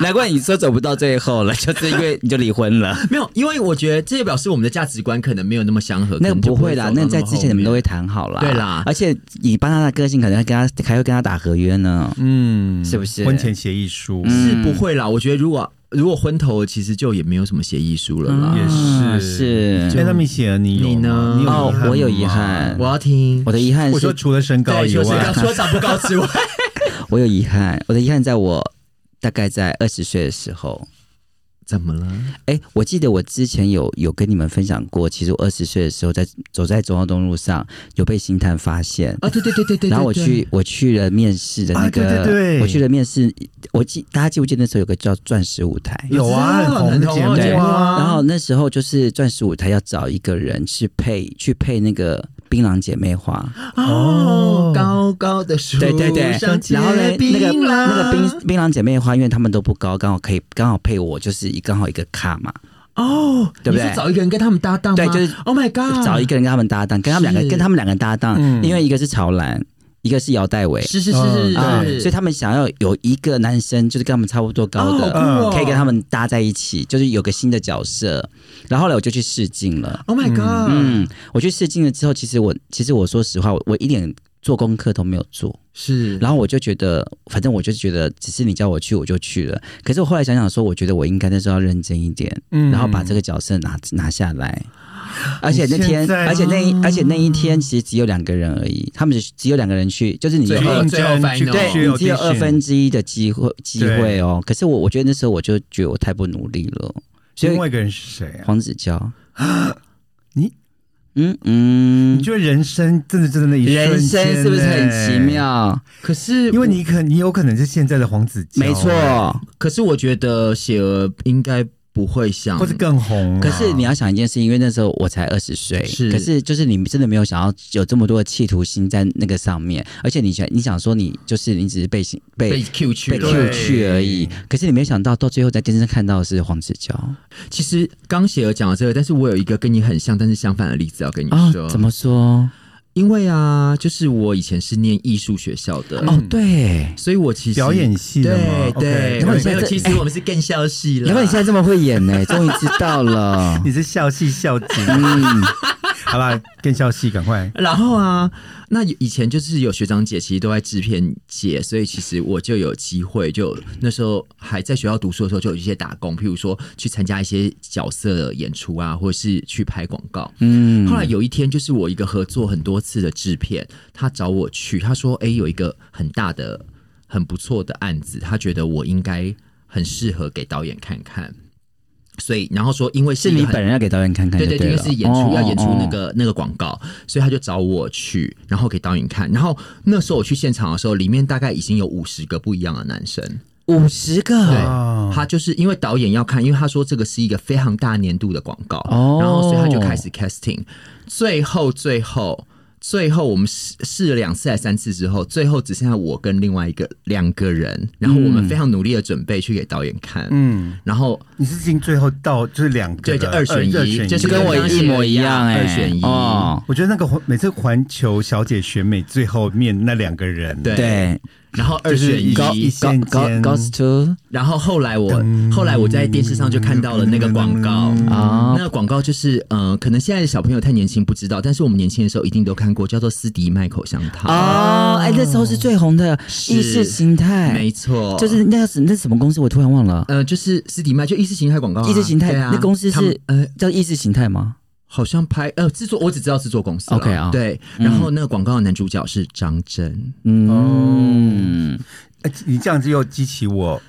[SPEAKER 3] 难怪你说走不到最后了， 就是因为你就离婚了。
[SPEAKER 2] 没有，因为我觉得这也表示我们的价值观可能没有 那么相合。可
[SPEAKER 3] 那个
[SPEAKER 2] 能就
[SPEAKER 3] 不会
[SPEAKER 2] 走，
[SPEAKER 3] 啦
[SPEAKER 2] 到啊
[SPEAKER 3] 那
[SPEAKER 2] 么
[SPEAKER 3] 在之前你们都
[SPEAKER 2] 后面
[SPEAKER 3] 会谈好啦。
[SPEAKER 2] 对啦
[SPEAKER 3] 而且以巴他的个性，可能还跟他还会跟他打合约呢。
[SPEAKER 1] 嗯，
[SPEAKER 3] 是不是嗯
[SPEAKER 1] 婚前协议书？
[SPEAKER 2] 是不会啦。我觉得如果如果昏头，其实就也没有什么协议书了啦。
[SPEAKER 1] 嗯也是
[SPEAKER 3] 是
[SPEAKER 1] 哎，那米雪，你有
[SPEAKER 2] 你
[SPEAKER 1] 吗
[SPEAKER 2] 呢
[SPEAKER 1] 你有
[SPEAKER 3] 哦
[SPEAKER 1] 遗憾
[SPEAKER 3] 我
[SPEAKER 1] 吗
[SPEAKER 3] 有遗憾
[SPEAKER 2] 我要听
[SPEAKER 3] 我。的遗憾
[SPEAKER 1] 我说
[SPEAKER 3] 是，
[SPEAKER 1] 除了身高啊
[SPEAKER 2] 对，
[SPEAKER 1] 以
[SPEAKER 2] 说是
[SPEAKER 1] 外
[SPEAKER 2] 高，，说长不高之外，
[SPEAKER 3] 我有遗憾，我的遗憾在我大概在二十岁的时候。
[SPEAKER 2] 怎么了？
[SPEAKER 3] 哎，我记得我之前有有跟你们分享过，其实我二十岁的时候在走在中央东路上，有被星探发现。
[SPEAKER 2] 啊，对对对对对。
[SPEAKER 3] 然后我
[SPEAKER 2] 对，
[SPEAKER 3] 去我去了面试的那
[SPEAKER 1] 啊对
[SPEAKER 3] 个，
[SPEAKER 1] 对对
[SPEAKER 3] 我去了面试，我记大家记不记得那时候有个叫钻石舞台？
[SPEAKER 1] 有啊，
[SPEAKER 2] 我知道
[SPEAKER 1] 很红的
[SPEAKER 2] 很
[SPEAKER 1] 节
[SPEAKER 2] 红的节
[SPEAKER 1] 目
[SPEAKER 2] 目
[SPEAKER 1] 啊
[SPEAKER 2] 啊。
[SPEAKER 3] 然后那时候就是钻石舞台要找一个人去配去配那个槟榔姐妹花，
[SPEAKER 2] 哦，高高的树
[SPEAKER 3] 对对对
[SPEAKER 2] 上，结
[SPEAKER 3] 然后呢那个
[SPEAKER 2] 槟榔
[SPEAKER 3] 那个槟槟榔姐妹花，因为她们都不高，刚好可以刚好配我，就是一刚好一个卡嘛，
[SPEAKER 2] 哦，
[SPEAKER 3] 对不对
[SPEAKER 2] 你是找一个人跟他们搭档吗？
[SPEAKER 3] 对就是
[SPEAKER 2] Oh my God，
[SPEAKER 3] 找一个人跟他们搭档，跟他们两
[SPEAKER 2] 是
[SPEAKER 3] 个跟他们两个搭档，
[SPEAKER 1] 嗯
[SPEAKER 3] 因为一个是曹兰，一个是姚代伟。
[SPEAKER 2] 是是是
[SPEAKER 3] 啊，
[SPEAKER 2] 是，
[SPEAKER 3] 所以他们想要有一个男生，就是跟他们差不多高
[SPEAKER 2] 哦好
[SPEAKER 3] 的，嗯
[SPEAKER 2] 酷哦
[SPEAKER 3] 可以跟他们搭在一起，就是有个新的角色。然后后来我就去试镜了，
[SPEAKER 2] Oh my God，
[SPEAKER 3] 嗯，我去试镜了之后，其实我其实我说实话，我我一点做功课都没有做，
[SPEAKER 2] 是，
[SPEAKER 3] 然后我就觉得，反正我就觉得，只是你叫我去，我就去了。可是我后来想想说，我觉得我应该那时候要认真一点，
[SPEAKER 1] 嗯
[SPEAKER 3] 然后把这个角色拿拿下来。而且那天
[SPEAKER 1] 现，在
[SPEAKER 3] 而且那一而且那一天，其实只有两个人而已，他们只只有两个人去，就是你有
[SPEAKER 2] 最
[SPEAKER 1] 去
[SPEAKER 2] 后
[SPEAKER 3] 二
[SPEAKER 1] 应
[SPEAKER 2] 最后
[SPEAKER 1] 征
[SPEAKER 2] final
[SPEAKER 1] 去
[SPEAKER 2] 对
[SPEAKER 1] 去
[SPEAKER 3] 你只有
[SPEAKER 1] audition
[SPEAKER 3] 二分之一的机会机会哦。可是我我觉得那时候我就觉得我太不努力了，所
[SPEAKER 1] 另
[SPEAKER 3] 以
[SPEAKER 1] 外一个人是谁啊？
[SPEAKER 3] 黄子佼，
[SPEAKER 1] 你
[SPEAKER 3] 嗯
[SPEAKER 1] 你
[SPEAKER 3] 嗯，
[SPEAKER 1] 觉得人生真的真的那一瞬
[SPEAKER 3] 人生
[SPEAKER 1] 间欸
[SPEAKER 3] 是不是很奇
[SPEAKER 1] 呢？
[SPEAKER 3] 妙？
[SPEAKER 2] 可是
[SPEAKER 1] 因为你可你有可能是现在的黄子佼，啊
[SPEAKER 3] 没错，
[SPEAKER 2] 可是我觉得雪儿应该不会像
[SPEAKER 1] 或者更红啊、
[SPEAKER 3] 可是你要想一件事，因为那时候我才二十岁，
[SPEAKER 2] 是
[SPEAKER 3] 可是就是你真的没有想要有这么多的企图心在那个上面，而且你想你想说你就是你只是被
[SPEAKER 2] 被
[SPEAKER 3] 被
[SPEAKER 2] Q 去
[SPEAKER 3] 被
[SPEAKER 2] 了。
[SPEAKER 1] 对
[SPEAKER 3] Q 去而已，可是你没有想到到最后在电视上看到的是黄子佼
[SPEAKER 2] 其实刚写了讲到这个，但是我有一个跟你很像，但是相反的例子要跟你
[SPEAKER 3] 啊
[SPEAKER 2] 说。？
[SPEAKER 3] 怎么说？
[SPEAKER 2] 因为啊，就是我以前是念艺术学校的，
[SPEAKER 3] 哦，对，
[SPEAKER 2] 所以我其实
[SPEAKER 1] 表演系的吗
[SPEAKER 2] 对对，
[SPEAKER 1] OK，。
[SPEAKER 3] 那
[SPEAKER 2] 我
[SPEAKER 3] 你
[SPEAKER 2] 没
[SPEAKER 3] 现
[SPEAKER 2] 有，
[SPEAKER 3] 在
[SPEAKER 2] 其实我们是更校系了。
[SPEAKER 3] 难怪你现在这么会演呢，终于知道了
[SPEAKER 1] 你是校戏校景，
[SPEAKER 3] 嗯，
[SPEAKER 1] 好啦，更校戏，赶快。
[SPEAKER 2] 然后啊，那以前就是有学长姐其实都在制片界，所以其实我就有机会，就那时候还在学校读书的时候，就有一些打工，譬如说去参加一些角色演出啊，或者是去拍广告。
[SPEAKER 3] 嗯
[SPEAKER 2] 后来有一天，就是我一个合作很多次的制片，他找我去，他说：“哎、有一个很大的、很不错的案子，他觉得我应该很适合给导演看看。”所以，然后说，因为
[SPEAKER 3] 是
[SPEAKER 2] 一个
[SPEAKER 3] 你
[SPEAKER 2] 很
[SPEAKER 3] 本人要给导演看看就
[SPEAKER 2] 对对，
[SPEAKER 3] 对
[SPEAKER 2] 因为
[SPEAKER 3] 了，
[SPEAKER 2] 是演出、
[SPEAKER 3] 哦
[SPEAKER 2] 要演出那。
[SPEAKER 3] 哦哦
[SPEAKER 2] 个那个广告，所以他就找我去，然后给导演看。然后那时候我去现场的时候，里面大概已经有五十个不一样的男生。
[SPEAKER 3] 五十
[SPEAKER 2] 对
[SPEAKER 3] 个，
[SPEAKER 1] 哦，
[SPEAKER 2] 他就是因为导演要看，因为他说这个是一个非常大年度的广告，
[SPEAKER 3] 哦
[SPEAKER 2] 然后所以他就开始 casting。最后最后最后我们试试了两次还是三次之后，最后只剩下我跟另外一个两个人，然后我们非常努力的准备去给导演看，
[SPEAKER 1] 嗯，
[SPEAKER 2] 然后
[SPEAKER 1] 你是进最后到就是两个
[SPEAKER 2] 对
[SPEAKER 1] 的，
[SPEAKER 2] 就二选
[SPEAKER 1] 二
[SPEAKER 2] 一，就是
[SPEAKER 3] 就跟我一模一样哎、
[SPEAKER 2] 二选一
[SPEAKER 3] 哦，
[SPEAKER 1] 我觉得那个环每次环球小姐选美最后面那两个人，
[SPEAKER 2] 对
[SPEAKER 3] 对，
[SPEAKER 2] 然后二
[SPEAKER 1] 就是
[SPEAKER 2] 选一，
[SPEAKER 1] 高一
[SPEAKER 3] 高
[SPEAKER 1] 线
[SPEAKER 3] 高
[SPEAKER 1] 间
[SPEAKER 3] 高 to
[SPEAKER 2] 然后后来我后来我在电视上就看到了那个广告。
[SPEAKER 1] 嗯
[SPEAKER 3] 啊
[SPEAKER 2] 那，个广告就是，呃，可能现在的小朋友太年轻不知道，但是我们年轻的时候一定都看过，叫做斯迪麦口香糖。
[SPEAKER 3] 哦，哎，那时候是最红的
[SPEAKER 2] 是
[SPEAKER 3] 意识形态
[SPEAKER 2] 没，错，
[SPEAKER 3] 就是那个是那是什么公司，我突然忘了，
[SPEAKER 2] 哎呃，就是斯迪麦，就意识形态广告啊、
[SPEAKER 3] 意识形态
[SPEAKER 2] 对啊
[SPEAKER 3] 那公司是
[SPEAKER 2] 他们呃，
[SPEAKER 3] 叫意识形态吗？
[SPEAKER 2] 好像拍呃制作，我只知道制作公司啦
[SPEAKER 3] OK 啊
[SPEAKER 2] 对。然后那个广告的男主角是张真，
[SPEAKER 3] 嗯，
[SPEAKER 1] 哎你这样子又激起我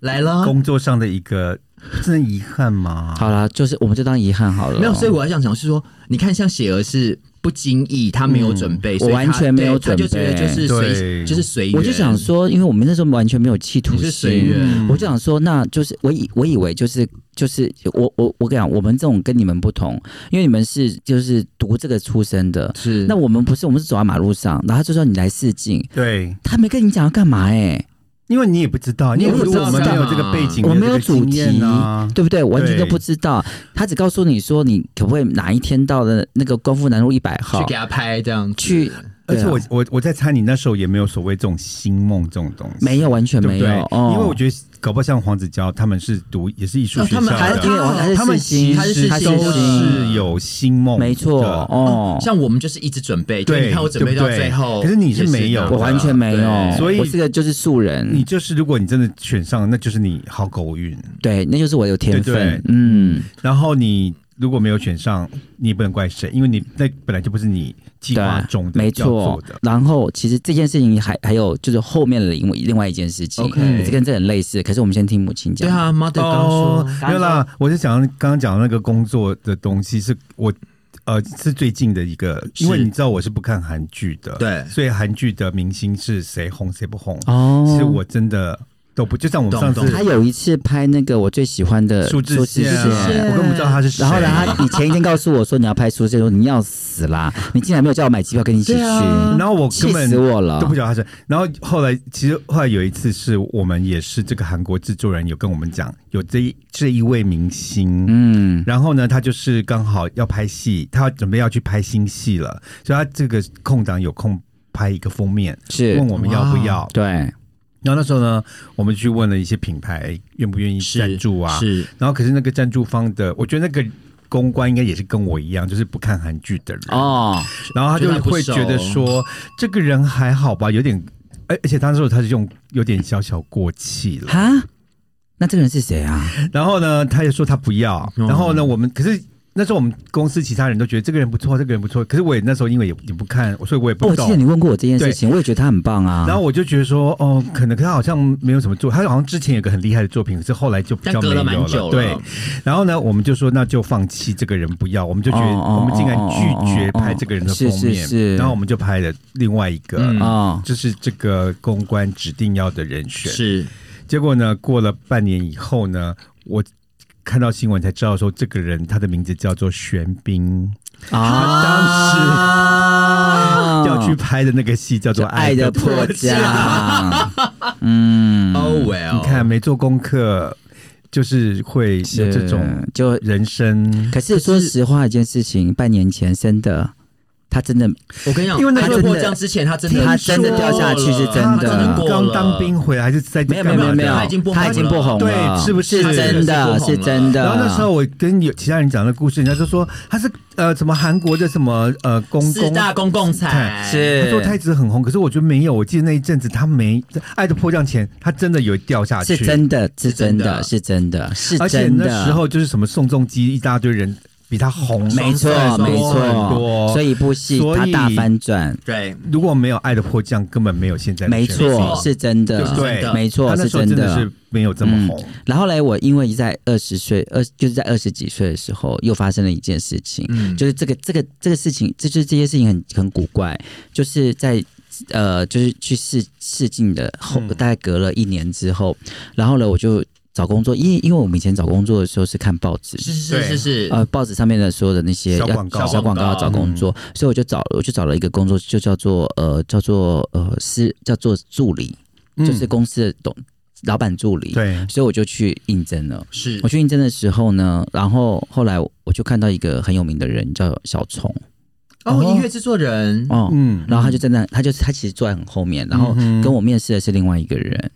[SPEAKER 2] 来了。
[SPEAKER 1] 工作上的一个，真的遗憾吗？
[SPEAKER 3] 啊好啦，就是我们就当遗憾好了。
[SPEAKER 2] 没有，所以我要想讲是说，你看像雪儿是不经意，他没有准备，所以他
[SPEAKER 3] 嗯我完全没有
[SPEAKER 2] 对他就
[SPEAKER 3] 准
[SPEAKER 2] 觉得
[SPEAKER 3] 备
[SPEAKER 2] 就是随
[SPEAKER 1] 对
[SPEAKER 2] 就是随缘，
[SPEAKER 3] 我就想说，因为我们那时候完全没有企图
[SPEAKER 2] 你是随
[SPEAKER 3] 心，嗯
[SPEAKER 2] 缘，
[SPEAKER 3] 我就想说，那就是我以我以为就是就是我我我跟你讲，我们这种跟你们不同，因为你们是就是读这个出身的，
[SPEAKER 2] 是
[SPEAKER 3] 那我们不是，我们是走在马路上，然后他就说你来试镜，
[SPEAKER 1] 对，
[SPEAKER 3] 他没跟你讲要干嘛哎、
[SPEAKER 1] 因为你也不知道，
[SPEAKER 2] 你
[SPEAKER 1] 因
[SPEAKER 2] 也
[SPEAKER 1] 为
[SPEAKER 2] 不
[SPEAKER 1] 如
[SPEAKER 2] 知
[SPEAKER 1] 果
[SPEAKER 2] 道
[SPEAKER 1] 我们没有
[SPEAKER 2] 干嘛
[SPEAKER 1] 这个啊背景，
[SPEAKER 3] 我没
[SPEAKER 1] 没
[SPEAKER 3] 有
[SPEAKER 1] 有这个
[SPEAKER 3] 主
[SPEAKER 1] 经
[SPEAKER 3] 题
[SPEAKER 1] 验啊，
[SPEAKER 3] 对不对？完全
[SPEAKER 1] 对
[SPEAKER 3] 都不知道，他只告诉你说你可不可以哪一天到了那个光复南路一百
[SPEAKER 2] 去
[SPEAKER 3] 号
[SPEAKER 2] 给他拍这样子
[SPEAKER 3] 去，
[SPEAKER 1] 而且
[SPEAKER 3] 对啊
[SPEAKER 1] 我我我在猜你那时候也没有所谓这种星梦这种东西，
[SPEAKER 3] 啊没有完全
[SPEAKER 1] 对
[SPEAKER 3] 没
[SPEAKER 1] 不
[SPEAKER 3] 有
[SPEAKER 1] 对？，
[SPEAKER 3] 哦
[SPEAKER 1] 因为我觉得搞不好像黄子佼他们是读也是艺术
[SPEAKER 2] 哦
[SPEAKER 1] 学校
[SPEAKER 2] 他们还
[SPEAKER 1] 的，
[SPEAKER 3] 因为我还是
[SPEAKER 1] 他们
[SPEAKER 3] 试
[SPEAKER 1] 其
[SPEAKER 3] 镜，
[SPEAKER 2] 他是
[SPEAKER 1] 实
[SPEAKER 2] 试
[SPEAKER 1] 都
[SPEAKER 2] 镜
[SPEAKER 1] 是有星梦的，
[SPEAKER 3] 没错哦，
[SPEAKER 2] 像我们就是一直准备，就
[SPEAKER 1] 对
[SPEAKER 2] 你看我准备到
[SPEAKER 1] 对不对
[SPEAKER 2] 最后，
[SPEAKER 1] 可是你是没有
[SPEAKER 2] 也
[SPEAKER 1] 的
[SPEAKER 2] 拿
[SPEAKER 3] 我完全没有，
[SPEAKER 2] 啊对
[SPEAKER 1] 啊所以
[SPEAKER 3] 我这个就是素
[SPEAKER 1] 你
[SPEAKER 3] 人，
[SPEAKER 1] 就是，如果你真的选上了，那就是你好狗运。
[SPEAKER 3] 对，那就是我有天
[SPEAKER 1] 对对
[SPEAKER 3] 分，嗯，
[SPEAKER 1] 然后你如果没有选上，你也不能怪谁，因为你那本来就不是你计划中的
[SPEAKER 3] 啊没
[SPEAKER 1] 要做
[SPEAKER 3] 错
[SPEAKER 1] 的。。
[SPEAKER 3] 然后其实这件事情还还有就是后面的另另外一件事情
[SPEAKER 2] OK
[SPEAKER 3] 也是跟这很类似，可是我们先听母亲讲。
[SPEAKER 2] 对啊，mother 刚
[SPEAKER 1] 哦
[SPEAKER 2] 说，
[SPEAKER 3] 刚说
[SPEAKER 1] 没有啦，我是想刚刚讲的那个工作的东西是我。呃，是最近的一个，因为
[SPEAKER 2] 是
[SPEAKER 1] 你知道我是不看韩剧的，
[SPEAKER 2] 对
[SPEAKER 1] 所以韩剧的明星是谁红谁不红，
[SPEAKER 3] 哦
[SPEAKER 1] 其实我真的都不，就像我们
[SPEAKER 2] 懂
[SPEAKER 1] 上次
[SPEAKER 2] 懂
[SPEAKER 3] 他有一次拍那个我最喜欢的
[SPEAKER 1] 数字线啊，我根本不知道他是谁，啊
[SPEAKER 3] 然后呢，他你前一天告诉我说你要拍苏志燮，说你要死啦！ 你竟然没有叫我买机票跟你一起去，
[SPEAKER 2] 对啊
[SPEAKER 1] 然后我
[SPEAKER 3] 气
[SPEAKER 1] 根本
[SPEAKER 3] 死我了
[SPEAKER 1] 都！不知道他是。然后后来，其实后来有一次是我们也是这个韩国制作人有跟我们讲，有这一这一位明星，
[SPEAKER 3] 嗯，
[SPEAKER 1] 然后呢，他就是刚好要拍戏，他准备要去拍新戏了，所以他这个空档有空拍一个封面，
[SPEAKER 3] 是
[SPEAKER 1] 问，我们要不要。
[SPEAKER 3] 对，
[SPEAKER 1] 然后那时候呢，我们去问了一些品牌愿不愿意
[SPEAKER 2] 是
[SPEAKER 1] 赞助啊，
[SPEAKER 2] 是
[SPEAKER 1] 然后可是那个赞助方的，我觉得那个。公关应该也是跟我一样，就是不看韩剧的人
[SPEAKER 3] 哦，
[SPEAKER 1] 然后他就会觉得说，这个人还好吧，有点，哎而而且他那时候他是用有点小小过气了。
[SPEAKER 3] 哈，那这个人是谁啊？
[SPEAKER 1] 然后呢，他也说他不要。
[SPEAKER 3] 哦
[SPEAKER 2] 嗯
[SPEAKER 1] 然后呢，我们可是那时候我们公司其他人都觉得这个人不错，这个人不错。可是我也那时候因为也也不看，所以我也
[SPEAKER 3] 哦
[SPEAKER 1] 不
[SPEAKER 3] 我记得
[SPEAKER 1] 懂。
[SPEAKER 3] 你问过我这件事情，我也觉得他很棒啊。
[SPEAKER 1] 然后我就觉得说，哦，可能可他好像没有什么作，他好像之前有个很厉害的作品，可是后来就比
[SPEAKER 2] 但
[SPEAKER 1] 较没有
[SPEAKER 2] 隔了蛮久了，
[SPEAKER 1] 对，然后呢，我们就说那就放弃这个人不要，我们就觉得
[SPEAKER 3] 哦哦
[SPEAKER 1] 我们竟然拒绝拍这个人的封
[SPEAKER 3] 哦哦哦哦
[SPEAKER 1] 面，
[SPEAKER 3] 是是是
[SPEAKER 1] 然后我们就拍了另外一个。
[SPEAKER 2] 嗯
[SPEAKER 3] 哦，
[SPEAKER 1] 就是这个公关指定要的人选。
[SPEAKER 2] 是
[SPEAKER 1] 结果呢，过了半年以后呢，我看到新闻才知道说，这个人他的名字叫做玄彬，
[SPEAKER 3] 啊，
[SPEAKER 1] 要去拍的那个戏叫做《
[SPEAKER 3] 爱
[SPEAKER 1] 爱
[SPEAKER 3] 的
[SPEAKER 1] 的
[SPEAKER 3] 迫
[SPEAKER 1] 迫
[SPEAKER 3] 降
[SPEAKER 1] 降》。
[SPEAKER 3] 嗯，
[SPEAKER 2] Oh well，
[SPEAKER 1] 你看，没做功课就是会 有这种
[SPEAKER 3] 就
[SPEAKER 1] 人生，
[SPEAKER 3] 嗯可是说实话，一件事情，半年前真的，他真的
[SPEAKER 2] 我跟你讲，
[SPEAKER 1] 因为那
[SPEAKER 2] 他
[SPEAKER 1] 个
[SPEAKER 2] 在迫降之前，他真的
[SPEAKER 3] 他真的
[SPEAKER 2] 过了
[SPEAKER 3] 掉下去是真的
[SPEAKER 2] 他真的过
[SPEAKER 1] 刚
[SPEAKER 2] 了
[SPEAKER 1] 当兵。回来还是在
[SPEAKER 3] 没有没有
[SPEAKER 1] 干
[SPEAKER 3] 没
[SPEAKER 1] 嘛
[SPEAKER 3] 有
[SPEAKER 1] 的
[SPEAKER 3] 没有，
[SPEAKER 2] 他已经不红
[SPEAKER 3] 他已经不红了，
[SPEAKER 1] 对是不是
[SPEAKER 3] 真的，是真的。
[SPEAKER 1] 然后那时候我跟有其他人讲的故事，人家就说他是呃什么韩国的什么呃公
[SPEAKER 2] 四
[SPEAKER 1] 公，
[SPEAKER 2] 大公共财
[SPEAKER 1] 看
[SPEAKER 3] 是
[SPEAKER 1] 他说他一直很红，可是我觉得没有，我记得那一阵子他没在《爱的迫降》前，他真的有掉下去，
[SPEAKER 3] 是真的，是真的，是
[SPEAKER 2] 是
[SPEAKER 3] 真的，是
[SPEAKER 1] 而且
[SPEAKER 3] 真
[SPEAKER 1] 那
[SPEAKER 3] 的。
[SPEAKER 1] 时候就是什么宋仲基一大堆人比他红，
[SPEAKER 3] 没错
[SPEAKER 2] 双，色
[SPEAKER 3] 没
[SPEAKER 2] 双
[SPEAKER 1] 色很
[SPEAKER 3] 错，
[SPEAKER 1] 多
[SPEAKER 3] 所以一部戏
[SPEAKER 1] 所以
[SPEAKER 3] 它大翻转，
[SPEAKER 2] 对，
[SPEAKER 1] 如果没有《爱的迫降》，根本没有现在的
[SPEAKER 3] 没
[SPEAKER 1] 旋律
[SPEAKER 3] 错，是真的
[SPEAKER 1] 就是，对
[SPEAKER 3] 没
[SPEAKER 1] 他
[SPEAKER 3] 错，
[SPEAKER 1] 那
[SPEAKER 3] 是
[SPEAKER 1] 时候
[SPEAKER 3] 真
[SPEAKER 1] 真
[SPEAKER 3] 的
[SPEAKER 1] 的是没有这么红，
[SPEAKER 3] 然后嘞，我因为在二十岁，二就是在二十几岁的时候，又发生了一件事情，
[SPEAKER 2] 嗯，
[SPEAKER 3] 就是这个这个这个事情，这就是这些事情很很古怪，就是在呃，就是去试试镜的后，
[SPEAKER 1] 嗯
[SPEAKER 3] 大概隔了一年之后，然后呢，我就找工作，因为因为我们以前找工作的时候是看报纸，
[SPEAKER 2] 是是是是是，
[SPEAKER 3] 呃，报纸上面的所有的那些
[SPEAKER 1] 小
[SPEAKER 3] 要
[SPEAKER 1] 广告嗯
[SPEAKER 3] 小广告要找工作，所以我就找我就找了一个工作，就叫做呃叫做呃是叫做助理，
[SPEAKER 1] 嗯
[SPEAKER 3] 就是公司的董老板助理。，
[SPEAKER 1] 对，
[SPEAKER 3] 所以我就去应征了。
[SPEAKER 2] 是
[SPEAKER 3] 我去应征的时候呢，然后后来我就看到一个很有名的人叫小虫
[SPEAKER 2] 哦，音乐制作人，
[SPEAKER 3] 哦，
[SPEAKER 1] 嗯，
[SPEAKER 3] 然后他就在那，他就他其实坐在很后面，然后
[SPEAKER 1] 嗯哼
[SPEAKER 3] 跟我面试的是另外一个人，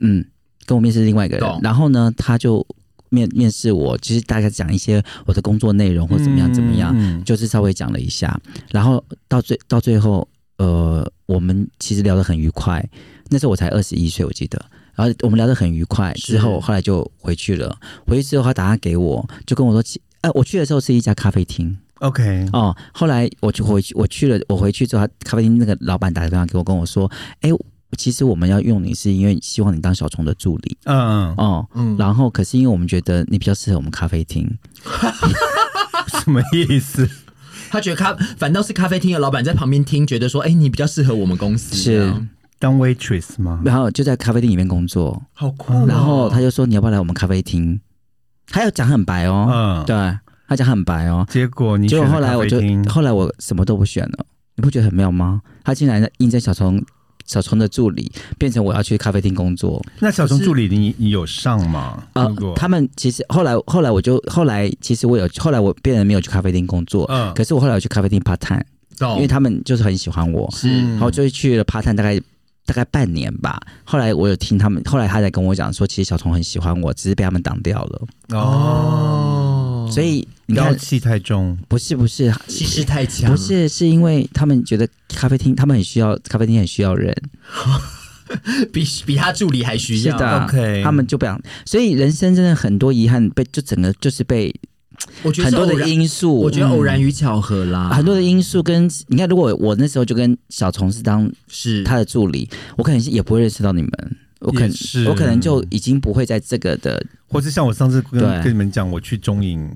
[SPEAKER 3] 嗯，跟我面试是另外一个人
[SPEAKER 2] 懂，
[SPEAKER 3] 然后呢，他就面面试我，就是大概讲一些我的工作内容或怎么样怎么样，
[SPEAKER 1] 嗯
[SPEAKER 3] 就是稍微讲了一下，然后到最到最后，呃，我们其实聊得很愉快，那时候我才二十一岁，我记得。然后我们聊得很愉快，
[SPEAKER 2] 是
[SPEAKER 3] 之后后来就回去了。回去之后，他打电话给我，就跟我说其：“哎、我去的时候是一家咖啡厅，
[SPEAKER 1] OK，
[SPEAKER 3] 哦，后来我就回去，我去了，我回去之后，他咖啡厅那个老板打电话给我，跟我说：“哎，其实我们要用你是因为希望你当小虫的助理
[SPEAKER 1] 嗯，
[SPEAKER 3] 哦，
[SPEAKER 2] 嗯，
[SPEAKER 3] 然后可是因为我们觉得你比较适合我们咖啡厅，
[SPEAKER 1] 什么意思？
[SPEAKER 2] 他觉得咖，反倒是咖啡厅的老板在旁边听，觉得说，哎，你比较适合我们公司，
[SPEAKER 3] 是
[SPEAKER 2] 这样
[SPEAKER 1] 当 waitress 吗？
[SPEAKER 3] 然后就在咖啡厅里面工作，
[SPEAKER 2] 好酷
[SPEAKER 1] 嗯
[SPEAKER 2] 哦。
[SPEAKER 3] 然后他就说你要不要来我们咖啡厅？他要讲很白哦，
[SPEAKER 1] 嗯，
[SPEAKER 3] 对，他讲很白哦，
[SPEAKER 1] 结果你
[SPEAKER 3] 结果
[SPEAKER 1] 选了
[SPEAKER 3] 后来
[SPEAKER 1] 咖
[SPEAKER 3] 我
[SPEAKER 1] 啡
[SPEAKER 3] 就
[SPEAKER 1] 厅
[SPEAKER 3] 后来我什么都不选了，你不觉得很妙吗？他竟然应征小虫小虫的助理，变成我要去咖啡厅工作。
[SPEAKER 1] 那小熊助理你，你有上吗？
[SPEAKER 3] 呃
[SPEAKER 1] 如，果
[SPEAKER 3] 他们其实后来后来我就后来其实我有后来我变得没有去咖啡厅工作，
[SPEAKER 1] 嗯
[SPEAKER 3] 可是我后来有去咖啡厅 part time，
[SPEAKER 2] 懂，
[SPEAKER 1] 哦
[SPEAKER 3] 因为他们就是很喜欢我，
[SPEAKER 2] 是
[SPEAKER 1] 嗯
[SPEAKER 3] 然后就去了 part time 大概。大概半年吧，后来我有听他们，后来他才跟我讲说，其实小虫很喜欢我，只是被他们挡掉了。
[SPEAKER 1] 哦，
[SPEAKER 2] 哦，
[SPEAKER 3] 所以你
[SPEAKER 1] 妖
[SPEAKER 3] 看，
[SPEAKER 1] 气太重，
[SPEAKER 3] 不是不是
[SPEAKER 2] 气势太强，
[SPEAKER 3] 不是，是因为他们觉得咖啡厅，他们很需要咖啡厅很需要人，
[SPEAKER 2] 比比他助理还需
[SPEAKER 3] 是
[SPEAKER 2] 要。
[SPEAKER 3] 的
[SPEAKER 1] OK
[SPEAKER 3] 他们就不想。所以人生真的很多遗憾被就整个就是被
[SPEAKER 2] 我觉得
[SPEAKER 3] 很
[SPEAKER 2] 是
[SPEAKER 3] 多
[SPEAKER 2] 偶
[SPEAKER 3] 的
[SPEAKER 2] 然，
[SPEAKER 3] 因素，
[SPEAKER 2] 我觉得
[SPEAKER 3] 嗯
[SPEAKER 2] 偶然啊与巧合啦，
[SPEAKER 3] 很多的因素跟你看，如果我那时候就跟小虫是当
[SPEAKER 2] 是
[SPEAKER 3] 他的助理，我可能也不会认识到你们，我可
[SPEAKER 1] 也是
[SPEAKER 3] 我可能就已经不会在这个的。
[SPEAKER 1] 或是像我上次跟
[SPEAKER 3] 对
[SPEAKER 1] 跟你们讲，我去中影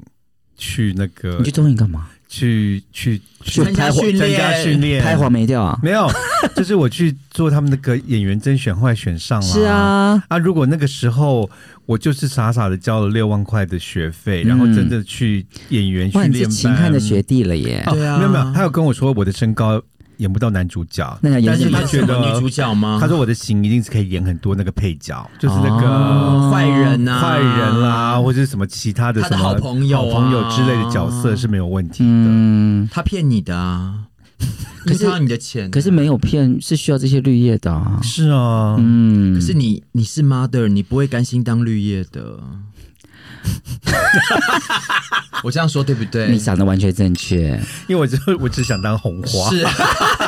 [SPEAKER 1] 去那个
[SPEAKER 3] 你去中影干嘛？
[SPEAKER 1] 去去去
[SPEAKER 2] 参加
[SPEAKER 1] 拍
[SPEAKER 2] 训练
[SPEAKER 1] 参加训练，
[SPEAKER 3] 拍黄梅调啊？
[SPEAKER 1] 没有，就是我去做他们那个演员甄选，后来选上了。
[SPEAKER 3] 是，啊，
[SPEAKER 1] 啊，如果那个时候我就是傻傻的交了六万块的学费，然后
[SPEAKER 3] 嗯
[SPEAKER 1] 真的去演员
[SPEAKER 3] 哇，
[SPEAKER 1] 训
[SPEAKER 3] 你是
[SPEAKER 1] 练
[SPEAKER 3] 秦汉
[SPEAKER 1] 班
[SPEAKER 3] 的，学弟了耶！
[SPEAKER 1] 哦
[SPEAKER 2] 对啊
[SPEAKER 1] 没有没有，他有跟我说我的身高演不到男主角，
[SPEAKER 3] 那要演
[SPEAKER 2] 但
[SPEAKER 3] 什
[SPEAKER 2] 是
[SPEAKER 3] 么
[SPEAKER 2] 他
[SPEAKER 1] 但？是
[SPEAKER 2] 觉
[SPEAKER 1] 他觉
[SPEAKER 2] 得
[SPEAKER 1] 得
[SPEAKER 2] 女主角吗？
[SPEAKER 3] 嗯
[SPEAKER 1] 他说我的型一定是可以演很多那个配角，就是那个。
[SPEAKER 3] 哦
[SPEAKER 2] 坏人啊呐、
[SPEAKER 1] 坏人啦，，或者是什么其他的
[SPEAKER 2] 他的
[SPEAKER 1] 什么
[SPEAKER 2] 好朋友啊
[SPEAKER 1] 好朋友之类的角色是没有问题的。
[SPEAKER 3] 嗯，
[SPEAKER 2] 他骗你的啊，
[SPEAKER 3] 可
[SPEAKER 2] 可
[SPEAKER 3] 是
[SPEAKER 2] 是要你的钱，啊
[SPEAKER 3] 可是没有骗，是需要这些绿叶的啊。
[SPEAKER 1] 是啊，
[SPEAKER 3] 嗯，
[SPEAKER 2] 可是你你是 mother，你不会甘心当绿叶的。我这样说对不对？
[SPEAKER 3] 你想的完全正确。
[SPEAKER 1] 因为我就我只想当红花。
[SPEAKER 2] 是，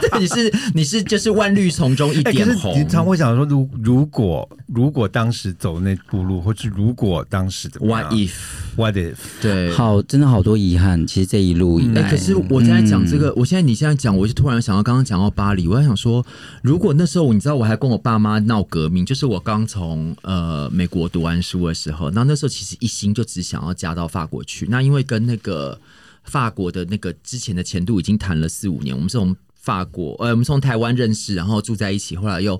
[SPEAKER 2] 对，你是你是就是万绿丛中一
[SPEAKER 1] 哎，可
[SPEAKER 2] 点
[SPEAKER 1] 是
[SPEAKER 2] 红。
[SPEAKER 1] 你常会想说，如如果如果当时走那步路，或是如果当时怎么
[SPEAKER 2] What
[SPEAKER 1] 样
[SPEAKER 2] if？
[SPEAKER 1] what if
[SPEAKER 2] 对，
[SPEAKER 3] 好，真的好多遗憾。其实这一路以
[SPEAKER 2] 哎、
[SPEAKER 3] 来，
[SPEAKER 2] 可是我现在讲这个，我现在你现在讲，我就突然想到刚刚讲到巴黎，我在想说，如果那时候你知道我还跟我爸妈闹革命，就是我刚从呃美国读完书的时候，那那时候其实一心就只想要嫁到法国去，那因为跟那个法国的那个之前的前度已经谈了四五年，我们是从法国，呃，我们从台湾认识，然后住在一起，后来又。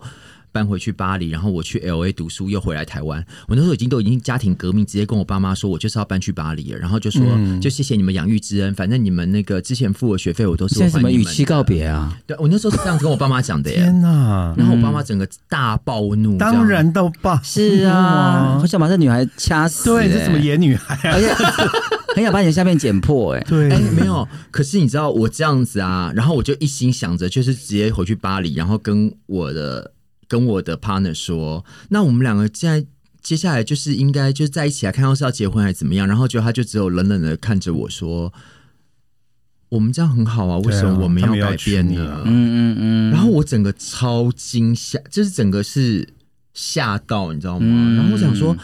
[SPEAKER 2] 搬回去巴黎，然后我去 L A 读书，又回来台湾。我那时候已经都已经家庭革命，直接跟我爸妈说，我就是要搬去巴黎了，然后就说、就谢谢你们养育之恩，反正你们那个之前付的学费我都是
[SPEAKER 3] 现
[SPEAKER 2] 我还
[SPEAKER 3] 在什么
[SPEAKER 2] 你
[SPEAKER 3] 语
[SPEAKER 2] 们
[SPEAKER 3] 气
[SPEAKER 2] 的
[SPEAKER 3] 告？别啊？
[SPEAKER 2] 对，我那时候是这样跟我爸妈讲的耶。
[SPEAKER 1] 天哪！
[SPEAKER 2] 然后我爸妈整个大暴怒，这样
[SPEAKER 1] 当然到爸，
[SPEAKER 3] 是啊，好想把这女孩掐死、
[SPEAKER 1] 对，这
[SPEAKER 3] 欸
[SPEAKER 1] 怎么演女孩啊？
[SPEAKER 3] 而且很想把你的下面剪破、 哎，
[SPEAKER 1] 对
[SPEAKER 2] 哎、，没有，可是你知道我这样子啊，然后我就一心想着就是直接回去巴黎，然后跟我的跟我的 partner 说，那我们两个现在接下来就是应该就是在一起啊，看到是要结婚还是怎么样，然后就他就只有冷冷的看着我说，我们这样很好啊，为什
[SPEAKER 1] 对啊
[SPEAKER 2] 么我们
[SPEAKER 1] 他们要
[SPEAKER 2] 改变
[SPEAKER 1] 娶你
[SPEAKER 2] 呢？
[SPEAKER 1] 啊
[SPEAKER 3] 嗯嗯嗯，
[SPEAKER 2] 然后我整个超惊吓，就是整个是吓到，你知道吗？
[SPEAKER 3] 嗯
[SPEAKER 2] 然后我想说，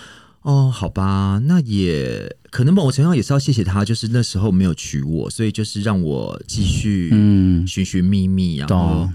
[SPEAKER 2] 哦，好吧，那也可能某种程度上也是要谢谢他，就是那时候没有娶我，所以就是让我继续
[SPEAKER 3] 嗯，
[SPEAKER 2] 寻寻觅觅，然后
[SPEAKER 3] 懂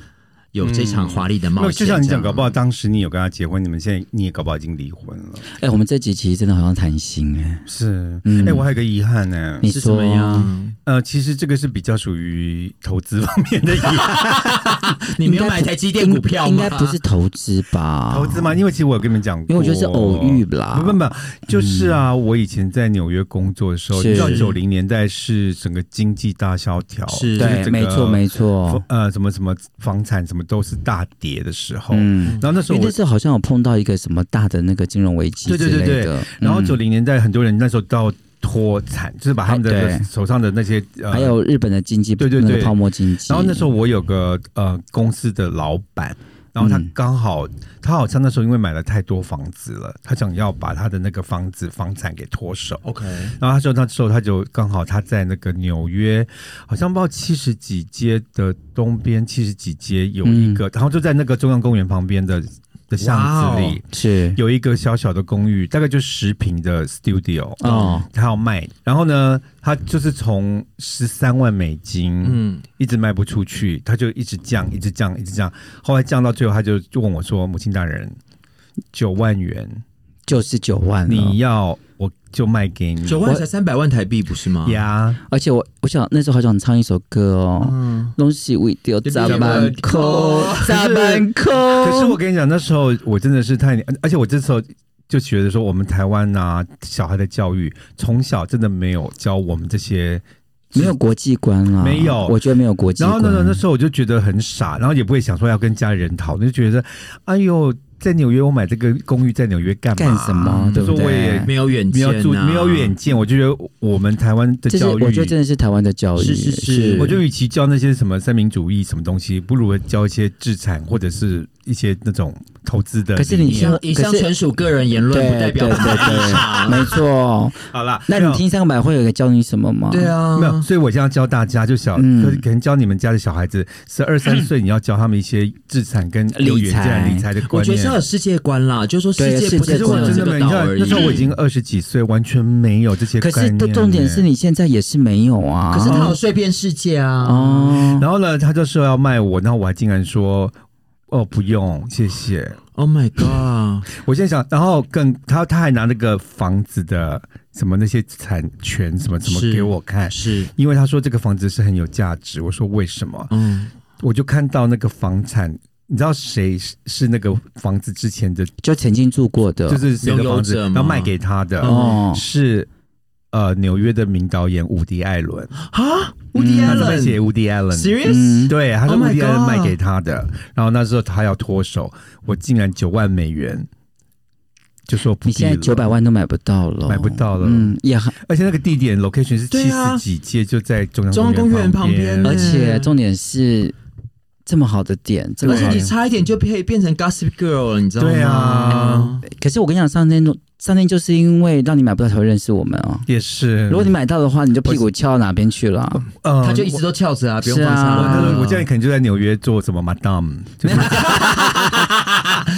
[SPEAKER 2] 有这场华丽的
[SPEAKER 1] 没
[SPEAKER 2] 冒
[SPEAKER 1] 有就
[SPEAKER 2] 险。
[SPEAKER 1] 像你
[SPEAKER 2] 这样
[SPEAKER 1] 讲，搞不好当时你有跟他结婚，你们现在你也搞不好已经离婚了。
[SPEAKER 3] 哎、我们这集其实真的好像谈心哎、
[SPEAKER 1] 是，
[SPEAKER 3] 嗯
[SPEAKER 1] 哎，我还有个遗憾呢。
[SPEAKER 3] 你
[SPEAKER 2] 是怎么
[SPEAKER 3] 说
[SPEAKER 2] 样？
[SPEAKER 1] 呃，其实这个是比较属于投资方面的遗憾，
[SPEAKER 2] 你没有买台积电股票
[SPEAKER 3] 应
[SPEAKER 2] 吗？
[SPEAKER 3] 该不是投资吧？
[SPEAKER 1] 投资嘛，因为其实我有跟你们讲过，
[SPEAKER 3] 啊因为我觉得是偶遇啦
[SPEAKER 1] 不不不，就是啊，我以前在纽约工作的时候，
[SPEAKER 3] 是
[SPEAKER 1] 你知道九零年代是整个经济大萧条，
[SPEAKER 2] 是
[SPEAKER 1] 就是
[SPEAKER 3] 对，
[SPEAKER 1] 整个
[SPEAKER 3] 没错没错，
[SPEAKER 1] 呃，什么什么房产什么都是大跌的时候，
[SPEAKER 3] 嗯。
[SPEAKER 1] 然后那时候
[SPEAKER 3] 因为
[SPEAKER 1] 我
[SPEAKER 3] 那时候好像有碰到一个什么大的那个金融危机之
[SPEAKER 1] 对
[SPEAKER 3] 类
[SPEAKER 1] 对对
[SPEAKER 3] 的，
[SPEAKER 1] 对然
[SPEAKER 3] 嗯
[SPEAKER 1] 后九零年代很多人那时候到脱产，就是把他们
[SPEAKER 3] 哎对
[SPEAKER 1] 的手上的那些呃，
[SPEAKER 3] 还有日本的经济，
[SPEAKER 1] 对对
[SPEAKER 3] 那个
[SPEAKER 1] 对
[SPEAKER 3] 泡沫经济。
[SPEAKER 1] 然后那时候我有个呃公司的老板，然后他
[SPEAKER 3] 嗯
[SPEAKER 1] 刚好、他好像那时候因为买了太多房子了，他想要把他的那个房子房产给脱手。
[SPEAKER 2] OK，
[SPEAKER 1] 然后他说那时候他就刚好他在那个纽约，好像不知道七十几街的东边七十几街有一个，然后就在那个中央公园旁边的的巷子
[SPEAKER 2] 嗯哇
[SPEAKER 1] 里。
[SPEAKER 2] 哦
[SPEAKER 3] 是
[SPEAKER 1] 有一个小小的公寓，大概就十平的 studio，
[SPEAKER 3] 哦，
[SPEAKER 1] 他要卖，然后呢，他就是从十三万美金，
[SPEAKER 2] 嗯，
[SPEAKER 1] 一直卖不出去，他就一直降，一直降，一直降，后来降到最后，他就就问我说：“母亲大人，九万元，
[SPEAKER 3] 九十九万哦了，
[SPEAKER 1] 你要我就卖给你。”
[SPEAKER 2] 嗯九万才三百万台币不是吗？
[SPEAKER 1] 呀，
[SPEAKER 3] 而且我我想那时候好想唱一首歌哦，
[SPEAKER 2] 嗯，
[SPEAKER 3] 东西未丢咋办扣
[SPEAKER 2] 可
[SPEAKER 3] 咋办扣？
[SPEAKER 1] 可是我跟你讲，那时候我真的是太，而且我这时候。就觉得说，我们台湾呐、小孩的教育从小真的没有教我们这些，
[SPEAKER 3] 没有国际观啦，
[SPEAKER 1] 没有
[SPEAKER 3] 我觉得没有国际
[SPEAKER 1] 然
[SPEAKER 3] 观。
[SPEAKER 1] 后呢，那时候我就觉得很傻，然后也不会想说要跟家人讨论，就觉得，哎呦，在纽约我买这个公寓，在纽约干嘛？
[SPEAKER 3] 干什么？哦对不
[SPEAKER 1] 就说嗯我
[SPEAKER 3] 对
[SPEAKER 1] 也？
[SPEAKER 2] 没有远
[SPEAKER 1] 没
[SPEAKER 2] 见、啊，
[SPEAKER 1] 有住，没有远见，我就觉得我们台湾的
[SPEAKER 3] 这是
[SPEAKER 1] 教育，
[SPEAKER 3] 我觉得真的是台湾的教育，
[SPEAKER 2] 是是是
[SPEAKER 1] 我觉得与其教那些什么三民主义什么东西，不如教一些制产或者是一些那种投资的理念。
[SPEAKER 3] 可是你
[SPEAKER 2] 以上
[SPEAKER 3] 可是
[SPEAKER 2] 以上纯属个人言论，
[SPEAKER 3] 对
[SPEAKER 2] 不代表
[SPEAKER 3] 对
[SPEAKER 2] 本
[SPEAKER 3] 对
[SPEAKER 2] 台立
[SPEAKER 3] 对，
[SPEAKER 2] 场。
[SPEAKER 3] 没错。
[SPEAKER 1] 好啦，
[SPEAKER 3] 那
[SPEAKER 1] 没有
[SPEAKER 3] 你听三个百会有个教你什么吗？
[SPEAKER 2] 对，啊，
[SPEAKER 1] 没有？所以我现在要教大家，就小、
[SPEAKER 3] 嗯
[SPEAKER 1] 可可能教你们家的小孩子十二 三岁，你要教他们一些制产跟有远见
[SPEAKER 3] 理财
[SPEAKER 1] 理财的
[SPEAKER 2] 我
[SPEAKER 1] 观
[SPEAKER 2] 觉得是要有
[SPEAKER 1] 念。
[SPEAKER 2] 世界观啦，就是说
[SPEAKER 3] 对
[SPEAKER 2] 世界不
[SPEAKER 1] 可是
[SPEAKER 2] 是
[SPEAKER 3] 世界
[SPEAKER 1] 我
[SPEAKER 3] 观
[SPEAKER 2] 光
[SPEAKER 1] 真
[SPEAKER 2] 这
[SPEAKER 1] 的
[SPEAKER 2] 个
[SPEAKER 1] 没，你
[SPEAKER 2] 岛
[SPEAKER 1] 看
[SPEAKER 2] 而已。
[SPEAKER 1] 那时候我已经二十几岁，完全没有这些
[SPEAKER 3] 可
[SPEAKER 1] 概
[SPEAKER 3] 是
[SPEAKER 1] 念。
[SPEAKER 3] 重点是
[SPEAKER 1] 欸
[SPEAKER 3] 你现在也是没有啊。
[SPEAKER 2] 可是他有碎片世界啊。
[SPEAKER 3] 哦，
[SPEAKER 1] 然后呢，他就说要卖我，然后我还竟然说哦不用，谢谢。
[SPEAKER 2] Oh my god！
[SPEAKER 1] 我现在想，然后更他他还拿那个房子的什么那些产权什么什么
[SPEAKER 2] 是
[SPEAKER 1] 给我看。
[SPEAKER 2] 是，
[SPEAKER 1] 因为他说这个房子是很有价值，我说为什么？
[SPEAKER 2] 嗯，
[SPEAKER 1] 我就看到那个房产，你知道谁是是那个房子之前的，
[SPEAKER 3] 就曾经住过的，
[SPEAKER 1] 就是谁的房子，
[SPEAKER 2] 拥有者
[SPEAKER 1] 然
[SPEAKER 2] 吗
[SPEAKER 1] 后卖给他的、
[SPEAKER 3] 哦，
[SPEAKER 1] 是呃纽约的名导演伍迪·艾伦，
[SPEAKER 2] 啊，无敌
[SPEAKER 1] 他
[SPEAKER 2] a
[SPEAKER 1] 这边
[SPEAKER 2] l
[SPEAKER 1] 写伍迪·艾伦，
[SPEAKER 3] 嗯
[SPEAKER 2] serious？
[SPEAKER 1] 对，嗯他是
[SPEAKER 2] Oh my
[SPEAKER 1] 伍迪·艾伦
[SPEAKER 2] God
[SPEAKER 1] 卖给他的，然后那时候他要脱手，我竟然九万美元就说不
[SPEAKER 3] 你
[SPEAKER 1] 低
[SPEAKER 3] 现
[SPEAKER 1] 了
[SPEAKER 3] 在九百万都买不到了，
[SPEAKER 1] 买不到了，
[SPEAKER 3] 嗯，也很，
[SPEAKER 1] 而且那个地点 location 是七
[SPEAKER 2] 对啊
[SPEAKER 1] 十几街，就在中央
[SPEAKER 2] 中央公园
[SPEAKER 1] 旁
[SPEAKER 2] 旁边
[SPEAKER 3] 而
[SPEAKER 1] 而且
[SPEAKER 3] 且重点是这么好的点，这么
[SPEAKER 2] 而
[SPEAKER 3] 好
[SPEAKER 2] 且
[SPEAKER 3] 的
[SPEAKER 2] 你差一点就变变成 Gossip Girl 了，你知道吗？
[SPEAKER 1] 对啊，
[SPEAKER 3] 可是我跟你讲，上天上天就是因为让你买不到才会认识我们哦。
[SPEAKER 1] 也是，
[SPEAKER 3] 如果你买到的话，你就屁股翘到哪边去了？
[SPEAKER 1] 呃
[SPEAKER 2] 他就一直都翘着啊，不用
[SPEAKER 3] 是啊
[SPEAKER 2] 放下
[SPEAKER 1] 我那时
[SPEAKER 2] 来
[SPEAKER 1] 候
[SPEAKER 2] 啊。
[SPEAKER 1] 我这样可能就在纽约做什么 madam，就是什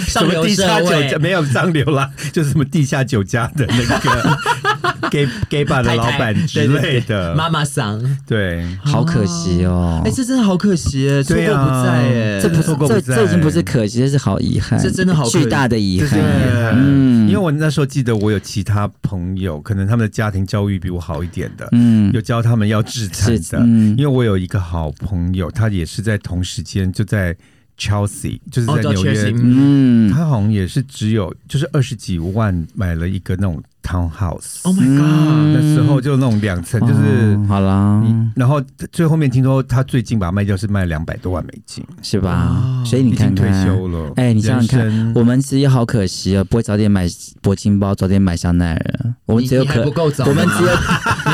[SPEAKER 2] 上
[SPEAKER 1] 么
[SPEAKER 2] 流
[SPEAKER 1] 地
[SPEAKER 2] 社
[SPEAKER 1] 下酒家
[SPEAKER 2] 会，
[SPEAKER 1] 没有上流啦，就是什么地下酒家的那个 gay gay bar 的老板之类的，哦
[SPEAKER 2] 妈妈桑，
[SPEAKER 1] 对。
[SPEAKER 3] 好可惜哦呃
[SPEAKER 2] 哎，。这真的好可惜耶，错
[SPEAKER 1] 对
[SPEAKER 2] 过
[SPEAKER 1] 啊
[SPEAKER 2] 不再耶，
[SPEAKER 1] 这不错过
[SPEAKER 3] 这
[SPEAKER 1] 不在
[SPEAKER 3] 这已经不是可惜，这是好遗憾，
[SPEAKER 2] 这真的好可惜
[SPEAKER 3] 巨大的遗
[SPEAKER 1] 这是
[SPEAKER 3] 憾
[SPEAKER 1] 一。个
[SPEAKER 3] 嗯
[SPEAKER 1] 因为我那时候记得我有其他朋友，可能他们的家庭教育比我好一点的，
[SPEAKER 3] 嗯
[SPEAKER 1] 有，教他们要制产
[SPEAKER 3] 是
[SPEAKER 1] 的。
[SPEAKER 3] 嗯
[SPEAKER 1] 因为我有一个好朋友，他也是在同时间就在 Chelsea，就是
[SPEAKER 2] 哦
[SPEAKER 1] 在
[SPEAKER 2] 叫
[SPEAKER 1] 纽约
[SPEAKER 2] Chelsea，，嗯
[SPEAKER 3] 嗯，
[SPEAKER 1] 他好像也是只有就是二十几万买了一个那种 townhouse。
[SPEAKER 2] Oh my god！
[SPEAKER 1] 那时候就那种两层，就是
[SPEAKER 3] 哦好啦，
[SPEAKER 1] 你，然后最后面听说他最近把它卖掉是卖两百多万美金，
[SPEAKER 3] 是吧
[SPEAKER 2] 哦？
[SPEAKER 3] 所以哎你
[SPEAKER 1] 已经
[SPEAKER 3] 看
[SPEAKER 1] 退
[SPEAKER 3] 看，
[SPEAKER 1] 休了。
[SPEAKER 3] 哎你想想看
[SPEAKER 1] 人生，
[SPEAKER 3] 我们其实好可惜啊，不会早点买铂金包，早点买香奈儿，啊我们
[SPEAKER 2] 你
[SPEAKER 3] 只有
[SPEAKER 2] 你还
[SPEAKER 3] 可
[SPEAKER 2] 不够早吗，
[SPEAKER 3] 我 们只有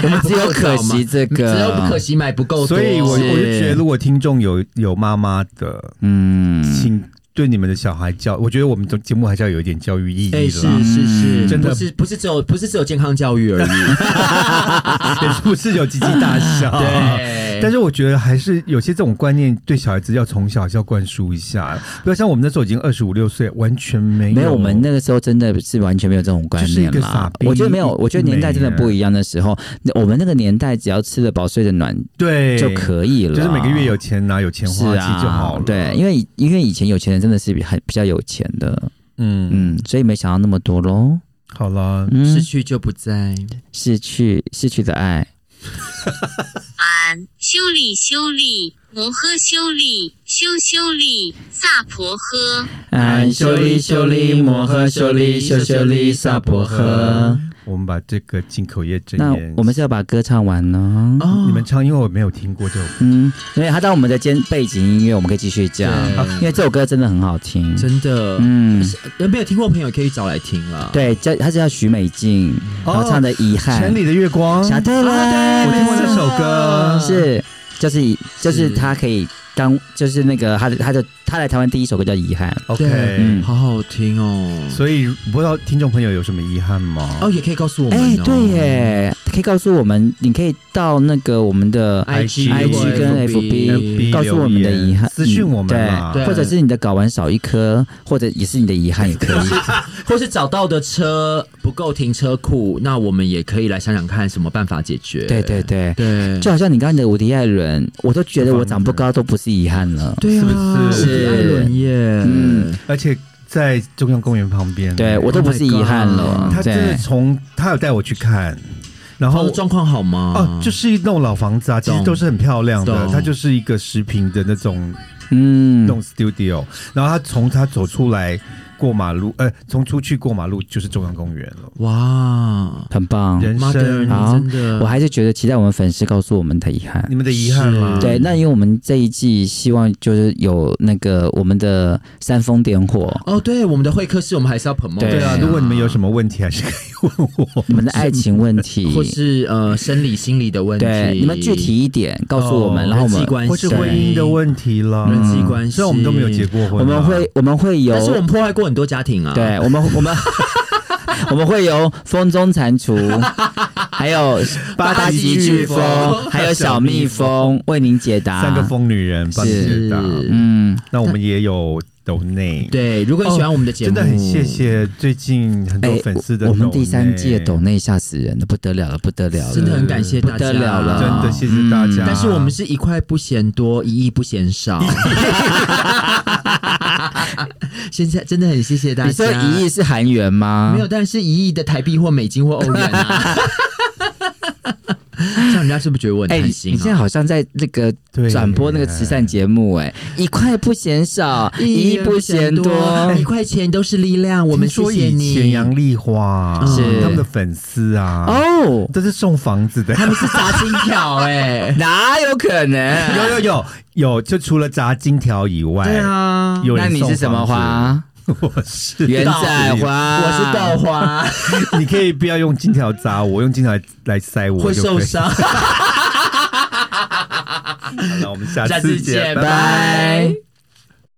[SPEAKER 3] 我们只有
[SPEAKER 2] 不够
[SPEAKER 3] 可
[SPEAKER 2] 早吗
[SPEAKER 3] 惜这个，
[SPEAKER 2] 只有不可惜买不够多，
[SPEAKER 1] 所以我我
[SPEAKER 3] 是
[SPEAKER 1] 就觉得，如果听众有有妈妈的，
[SPEAKER 3] 嗯，
[SPEAKER 1] 请对你们的小孩教，我觉得我们的节目还是要有一点教育意嗯义
[SPEAKER 2] 哎、
[SPEAKER 1] 的
[SPEAKER 2] 是
[SPEAKER 1] 啦，
[SPEAKER 2] 是是，
[SPEAKER 1] 真的
[SPEAKER 2] 不是不是只有不是只有健康教 育而已，
[SPEAKER 1] 也是不是有鸡鸡大小？
[SPEAKER 2] 对，
[SPEAKER 1] 但是我觉得还是有些这种观念对小孩子要从小就要灌输一 下，不要像我们那时候已经二十五六岁，完全没有
[SPEAKER 3] 没有，我们那个时候真的是完全没有这种观
[SPEAKER 1] 就是一
[SPEAKER 3] 念
[SPEAKER 1] 个
[SPEAKER 3] 啦
[SPEAKER 1] 傻。逼
[SPEAKER 3] 我觉得没有，我觉得年代真的不一样的时候，那我们那个年代只要吃得饱、睡得暖
[SPEAKER 1] 对
[SPEAKER 3] 就可以了，
[SPEAKER 1] 就是每个月有钱拿，有钱
[SPEAKER 3] 是
[SPEAKER 1] 花，其
[SPEAKER 3] 啊
[SPEAKER 1] 实就好了。
[SPEAKER 3] 对，，因为以因为以前有钱人真的是比很比较有钱的，
[SPEAKER 1] 嗯，
[SPEAKER 3] 嗯，所以没想到那么多喽。
[SPEAKER 1] 好了，
[SPEAKER 2] 失
[SPEAKER 3] 嗯，
[SPEAKER 2] 去就不在。
[SPEAKER 3] 逝去逝去的爱，
[SPEAKER 4] 俺修理修理摩诃修理修修理萨婆诃。
[SPEAKER 3] 俺修利修利摩诃修利修修利萨婆诃。
[SPEAKER 1] 我们把这个进口业真
[SPEAKER 3] 那
[SPEAKER 1] 言，
[SPEAKER 3] 我们是要把歌唱完呢。
[SPEAKER 2] 哦
[SPEAKER 1] 你们唱，因为我没有听过这首歌。
[SPEAKER 3] 嗯，因为它当我们的间背景音乐，我们可以继续讲，
[SPEAKER 2] 对
[SPEAKER 3] 因为这首歌真的很好听。
[SPEAKER 2] 真的，
[SPEAKER 3] 嗯，
[SPEAKER 2] 有没有听过朋友可以找来听了。，
[SPEAKER 3] 对，叫她是叫许美静，
[SPEAKER 1] 哦
[SPEAKER 3] 然后唱的《遗憾
[SPEAKER 1] 城》，里的月光，
[SPEAKER 3] 想对了，
[SPEAKER 1] 哦我听过那首嗯歌
[SPEAKER 2] 没错
[SPEAKER 3] 是就是以就是
[SPEAKER 2] 是
[SPEAKER 3] 她可以当就是那个她的她的她来台湾第一首歌叫《遗憾》，
[SPEAKER 2] 对
[SPEAKER 1] OK，
[SPEAKER 3] 嗯
[SPEAKER 2] 好好听哦。
[SPEAKER 1] 所以不知道听众朋友有什么遗憾吗？
[SPEAKER 2] 哦，也可以告诉我们、哦。
[SPEAKER 3] 哎，对，耶，可以告诉我们，你可以到那个我们的
[SPEAKER 2] IG
[SPEAKER 1] IG
[SPEAKER 3] 跟
[SPEAKER 1] FB
[SPEAKER 2] FB
[SPEAKER 3] 告诉我们的遗憾，
[SPEAKER 1] 私讯
[SPEAKER 3] 嗯
[SPEAKER 1] 我们啦
[SPEAKER 3] 对，
[SPEAKER 2] 对
[SPEAKER 3] 或者是你的睾丸少一颗，或者也是你的遗憾也可 以。
[SPEAKER 2] 或是找到的车不够停车库，那我们也可以来想想看什么办法解决。
[SPEAKER 3] 对对对，
[SPEAKER 2] 对，
[SPEAKER 3] 就好像你刚刚的无敌艾伦，我都觉得我长不高都不是遗憾了。
[SPEAKER 2] 对啊，
[SPEAKER 1] 是
[SPEAKER 3] 不是
[SPEAKER 2] 艾伦耶，
[SPEAKER 3] 嗯
[SPEAKER 1] 而且在中央公园旁边，
[SPEAKER 3] 对我都不是遗憾
[SPEAKER 2] Oh my
[SPEAKER 3] 了
[SPEAKER 2] god，
[SPEAKER 1] 他真的
[SPEAKER 3] 对，
[SPEAKER 1] 从他有带我去看，然
[SPEAKER 2] 房
[SPEAKER 1] 后
[SPEAKER 2] 子状况好吗？
[SPEAKER 1] 哦，就是一栋老房子啊，其实
[SPEAKER 2] 懂
[SPEAKER 1] 都是很漂亮的，
[SPEAKER 2] 懂
[SPEAKER 1] 它就是一个十平的那种那
[SPEAKER 3] 嗯
[SPEAKER 1] 种 studio，然后他从他走出来过马路，呃，从出去过马路就是中央公园了，
[SPEAKER 2] 哇，
[SPEAKER 3] 很棒。
[SPEAKER 1] 人
[SPEAKER 2] 妈的，
[SPEAKER 1] 生
[SPEAKER 2] 你
[SPEAKER 3] 好
[SPEAKER 2] 真的，
[SPEAKER 3] 我还是觉得期待我们粉丝告诉我们的遗憾
[SPEAKER 1] 你。们的啊遗憾啦，
[SPEAKER 2] 是
[SPEAKER 3] 对，那因为我们这一季希望就是有那个我们的煽风点火，
[SPEAKER 2] 哦，对，我们的会客室我们还是要捧 o
[SPEAKER 3] 对
[SPEAKER 1] 对啊，
[SPEAKER 3] 啊
[SPEAKER 1] 如果你们有什么问题，还是可以问我。
[SPEAKER 3] 你们的爱情问题，
[SPEAKER 2] 或是呃生理心理的问题，
[SPEAKER 3] 对你们具体一点告诉我们，
[SPEAKER 1] 哦
[SPEAKER 3] 然后我
[SPEAKER 2] 人
[SPEAKER 3] 们
[SPEAKER 2] 际关系，
[SPEAKER 1] 或是婚姻的问题啦，
[SPEAKER 2] 人际关系
[SPEAKER 1] 嗯虽然我们都没有结过婚啊，
[SPEAKER 3] 我们会我们会有
[SPEAKER 2] 但是我们破坏过很多家庭啊。
[SPEAKER 3] 对，我们 我们我们会由风中蟾蜍，还有
[SPEAKER 1] 八
[SPEAKER 3] 八
[SPEAKER 1] 级
[SPEAKER 3] 级飓
[SPEAKER 1] 飓
[SPEAKER 3] 风，
[SPEAKER 1] 风
[SPEAKER 3] 还有小蜜蜂为您解答
[SPEAKER 1] 三个。疯女人帮你解答。
[SPEAKER 2] 是
[SPEAKER 3] 嗯，
[SPEAKER 1] 那我们也有抖内，
[SPEAKER 2] 对，如果你喜欢我们的节目，
[SPEAKER 1] 真的很谢。谢最近很多
[SPEAKER 3] 哎
[SPEAKER 1] 粉丝的、
[SPEAKER 3] 我我们第三届抖，内吓死人了，不得了了，不得了了，
[SPEAKER 2] 真的很感谢大家
[SPEAKER 3] 不得了了，嗯
[SPEAKER 1] 真的谢谢大家。
[SPEAKER 2] 但是我们是一块不嫌多，一亿不嫌少。 现在真的很谢谢大
[SPEAKER 3] 你说
[SPEAKER 2] 家。
[SPEAKER 3] 一亿是韩元吗？
[SPEAKER 2] 没有，但是一亿的台币或美金或欧元 啊。这样人家是不是觉得我很
[SPEAKER 3] 哎，
[SPEAKER 2] 贪
[SPEAKER 3] 你
[SPEAKER 2] 心
[SPEAKER 3] 你现在
[SPEAKER 2] 啊？
[SPEAKER 3] 好像在那个
[SPEAKER 1] 对
[SPEAKER 3] 转播那个慈善节目，哎，一块不嫌少，一亿不嫌多，
[SPEAKER 2] 一块钱都是力量。我
[SPEAKER 1] 我
[SPEAKER 2] 们谢
[SPEAKER 1] 说
[SPEAKER 2] 谢
[SPEAKER 1] 以前
[SPEAKER 2] 你。
[SPEAKER 1] 杨丽花啊
[SPEAKER 3] 是
[SPEAKER 1] 他们的粉丝啊，
[SPEAKER 3] 哦，。
[SPEAKER 1] 都是送房子 的。
[SPEAKER 2] 他们是砸金条哎
[SPEAKER 3] 哪有可
[SPEAKER 1] 有
[SPEAKER 3] 能？
[SPEAKER 1] 有有有，就除了砸金条以外，
[SPEAKER 2] 对啊，
[SPEAKER 1] 哎有
[SPEAKER 3] 那
[SPEAKER 1] 人
[SPEAKER 3] 你是
[SPEAKER 1] 送
[SPEAKER 3] 什么
[SPEAKER 1] 房子？
[SPEAKER 3] 花？
[SPEAKER 1] 我是
[SPEAKER 3] 圆仔花，
[SPEAKER 2] 我是豆花，
[SPEAKER 1] 你可以不要用金条砸我，用金条来来塞我
[SPEAKER 2] 会
[SPEAKER 1] 就可以
[SPEAKER 2] 受。伤。
[SPEAKER 1] 好了，我们下
[SPEAKER 2] 下次
[SPEAKER 1] 见，
[SPEAKER 2] 见
[SPEAKER 1] 拜
[SPEAKER 2] 拜
[SPEAKER 3] 拜。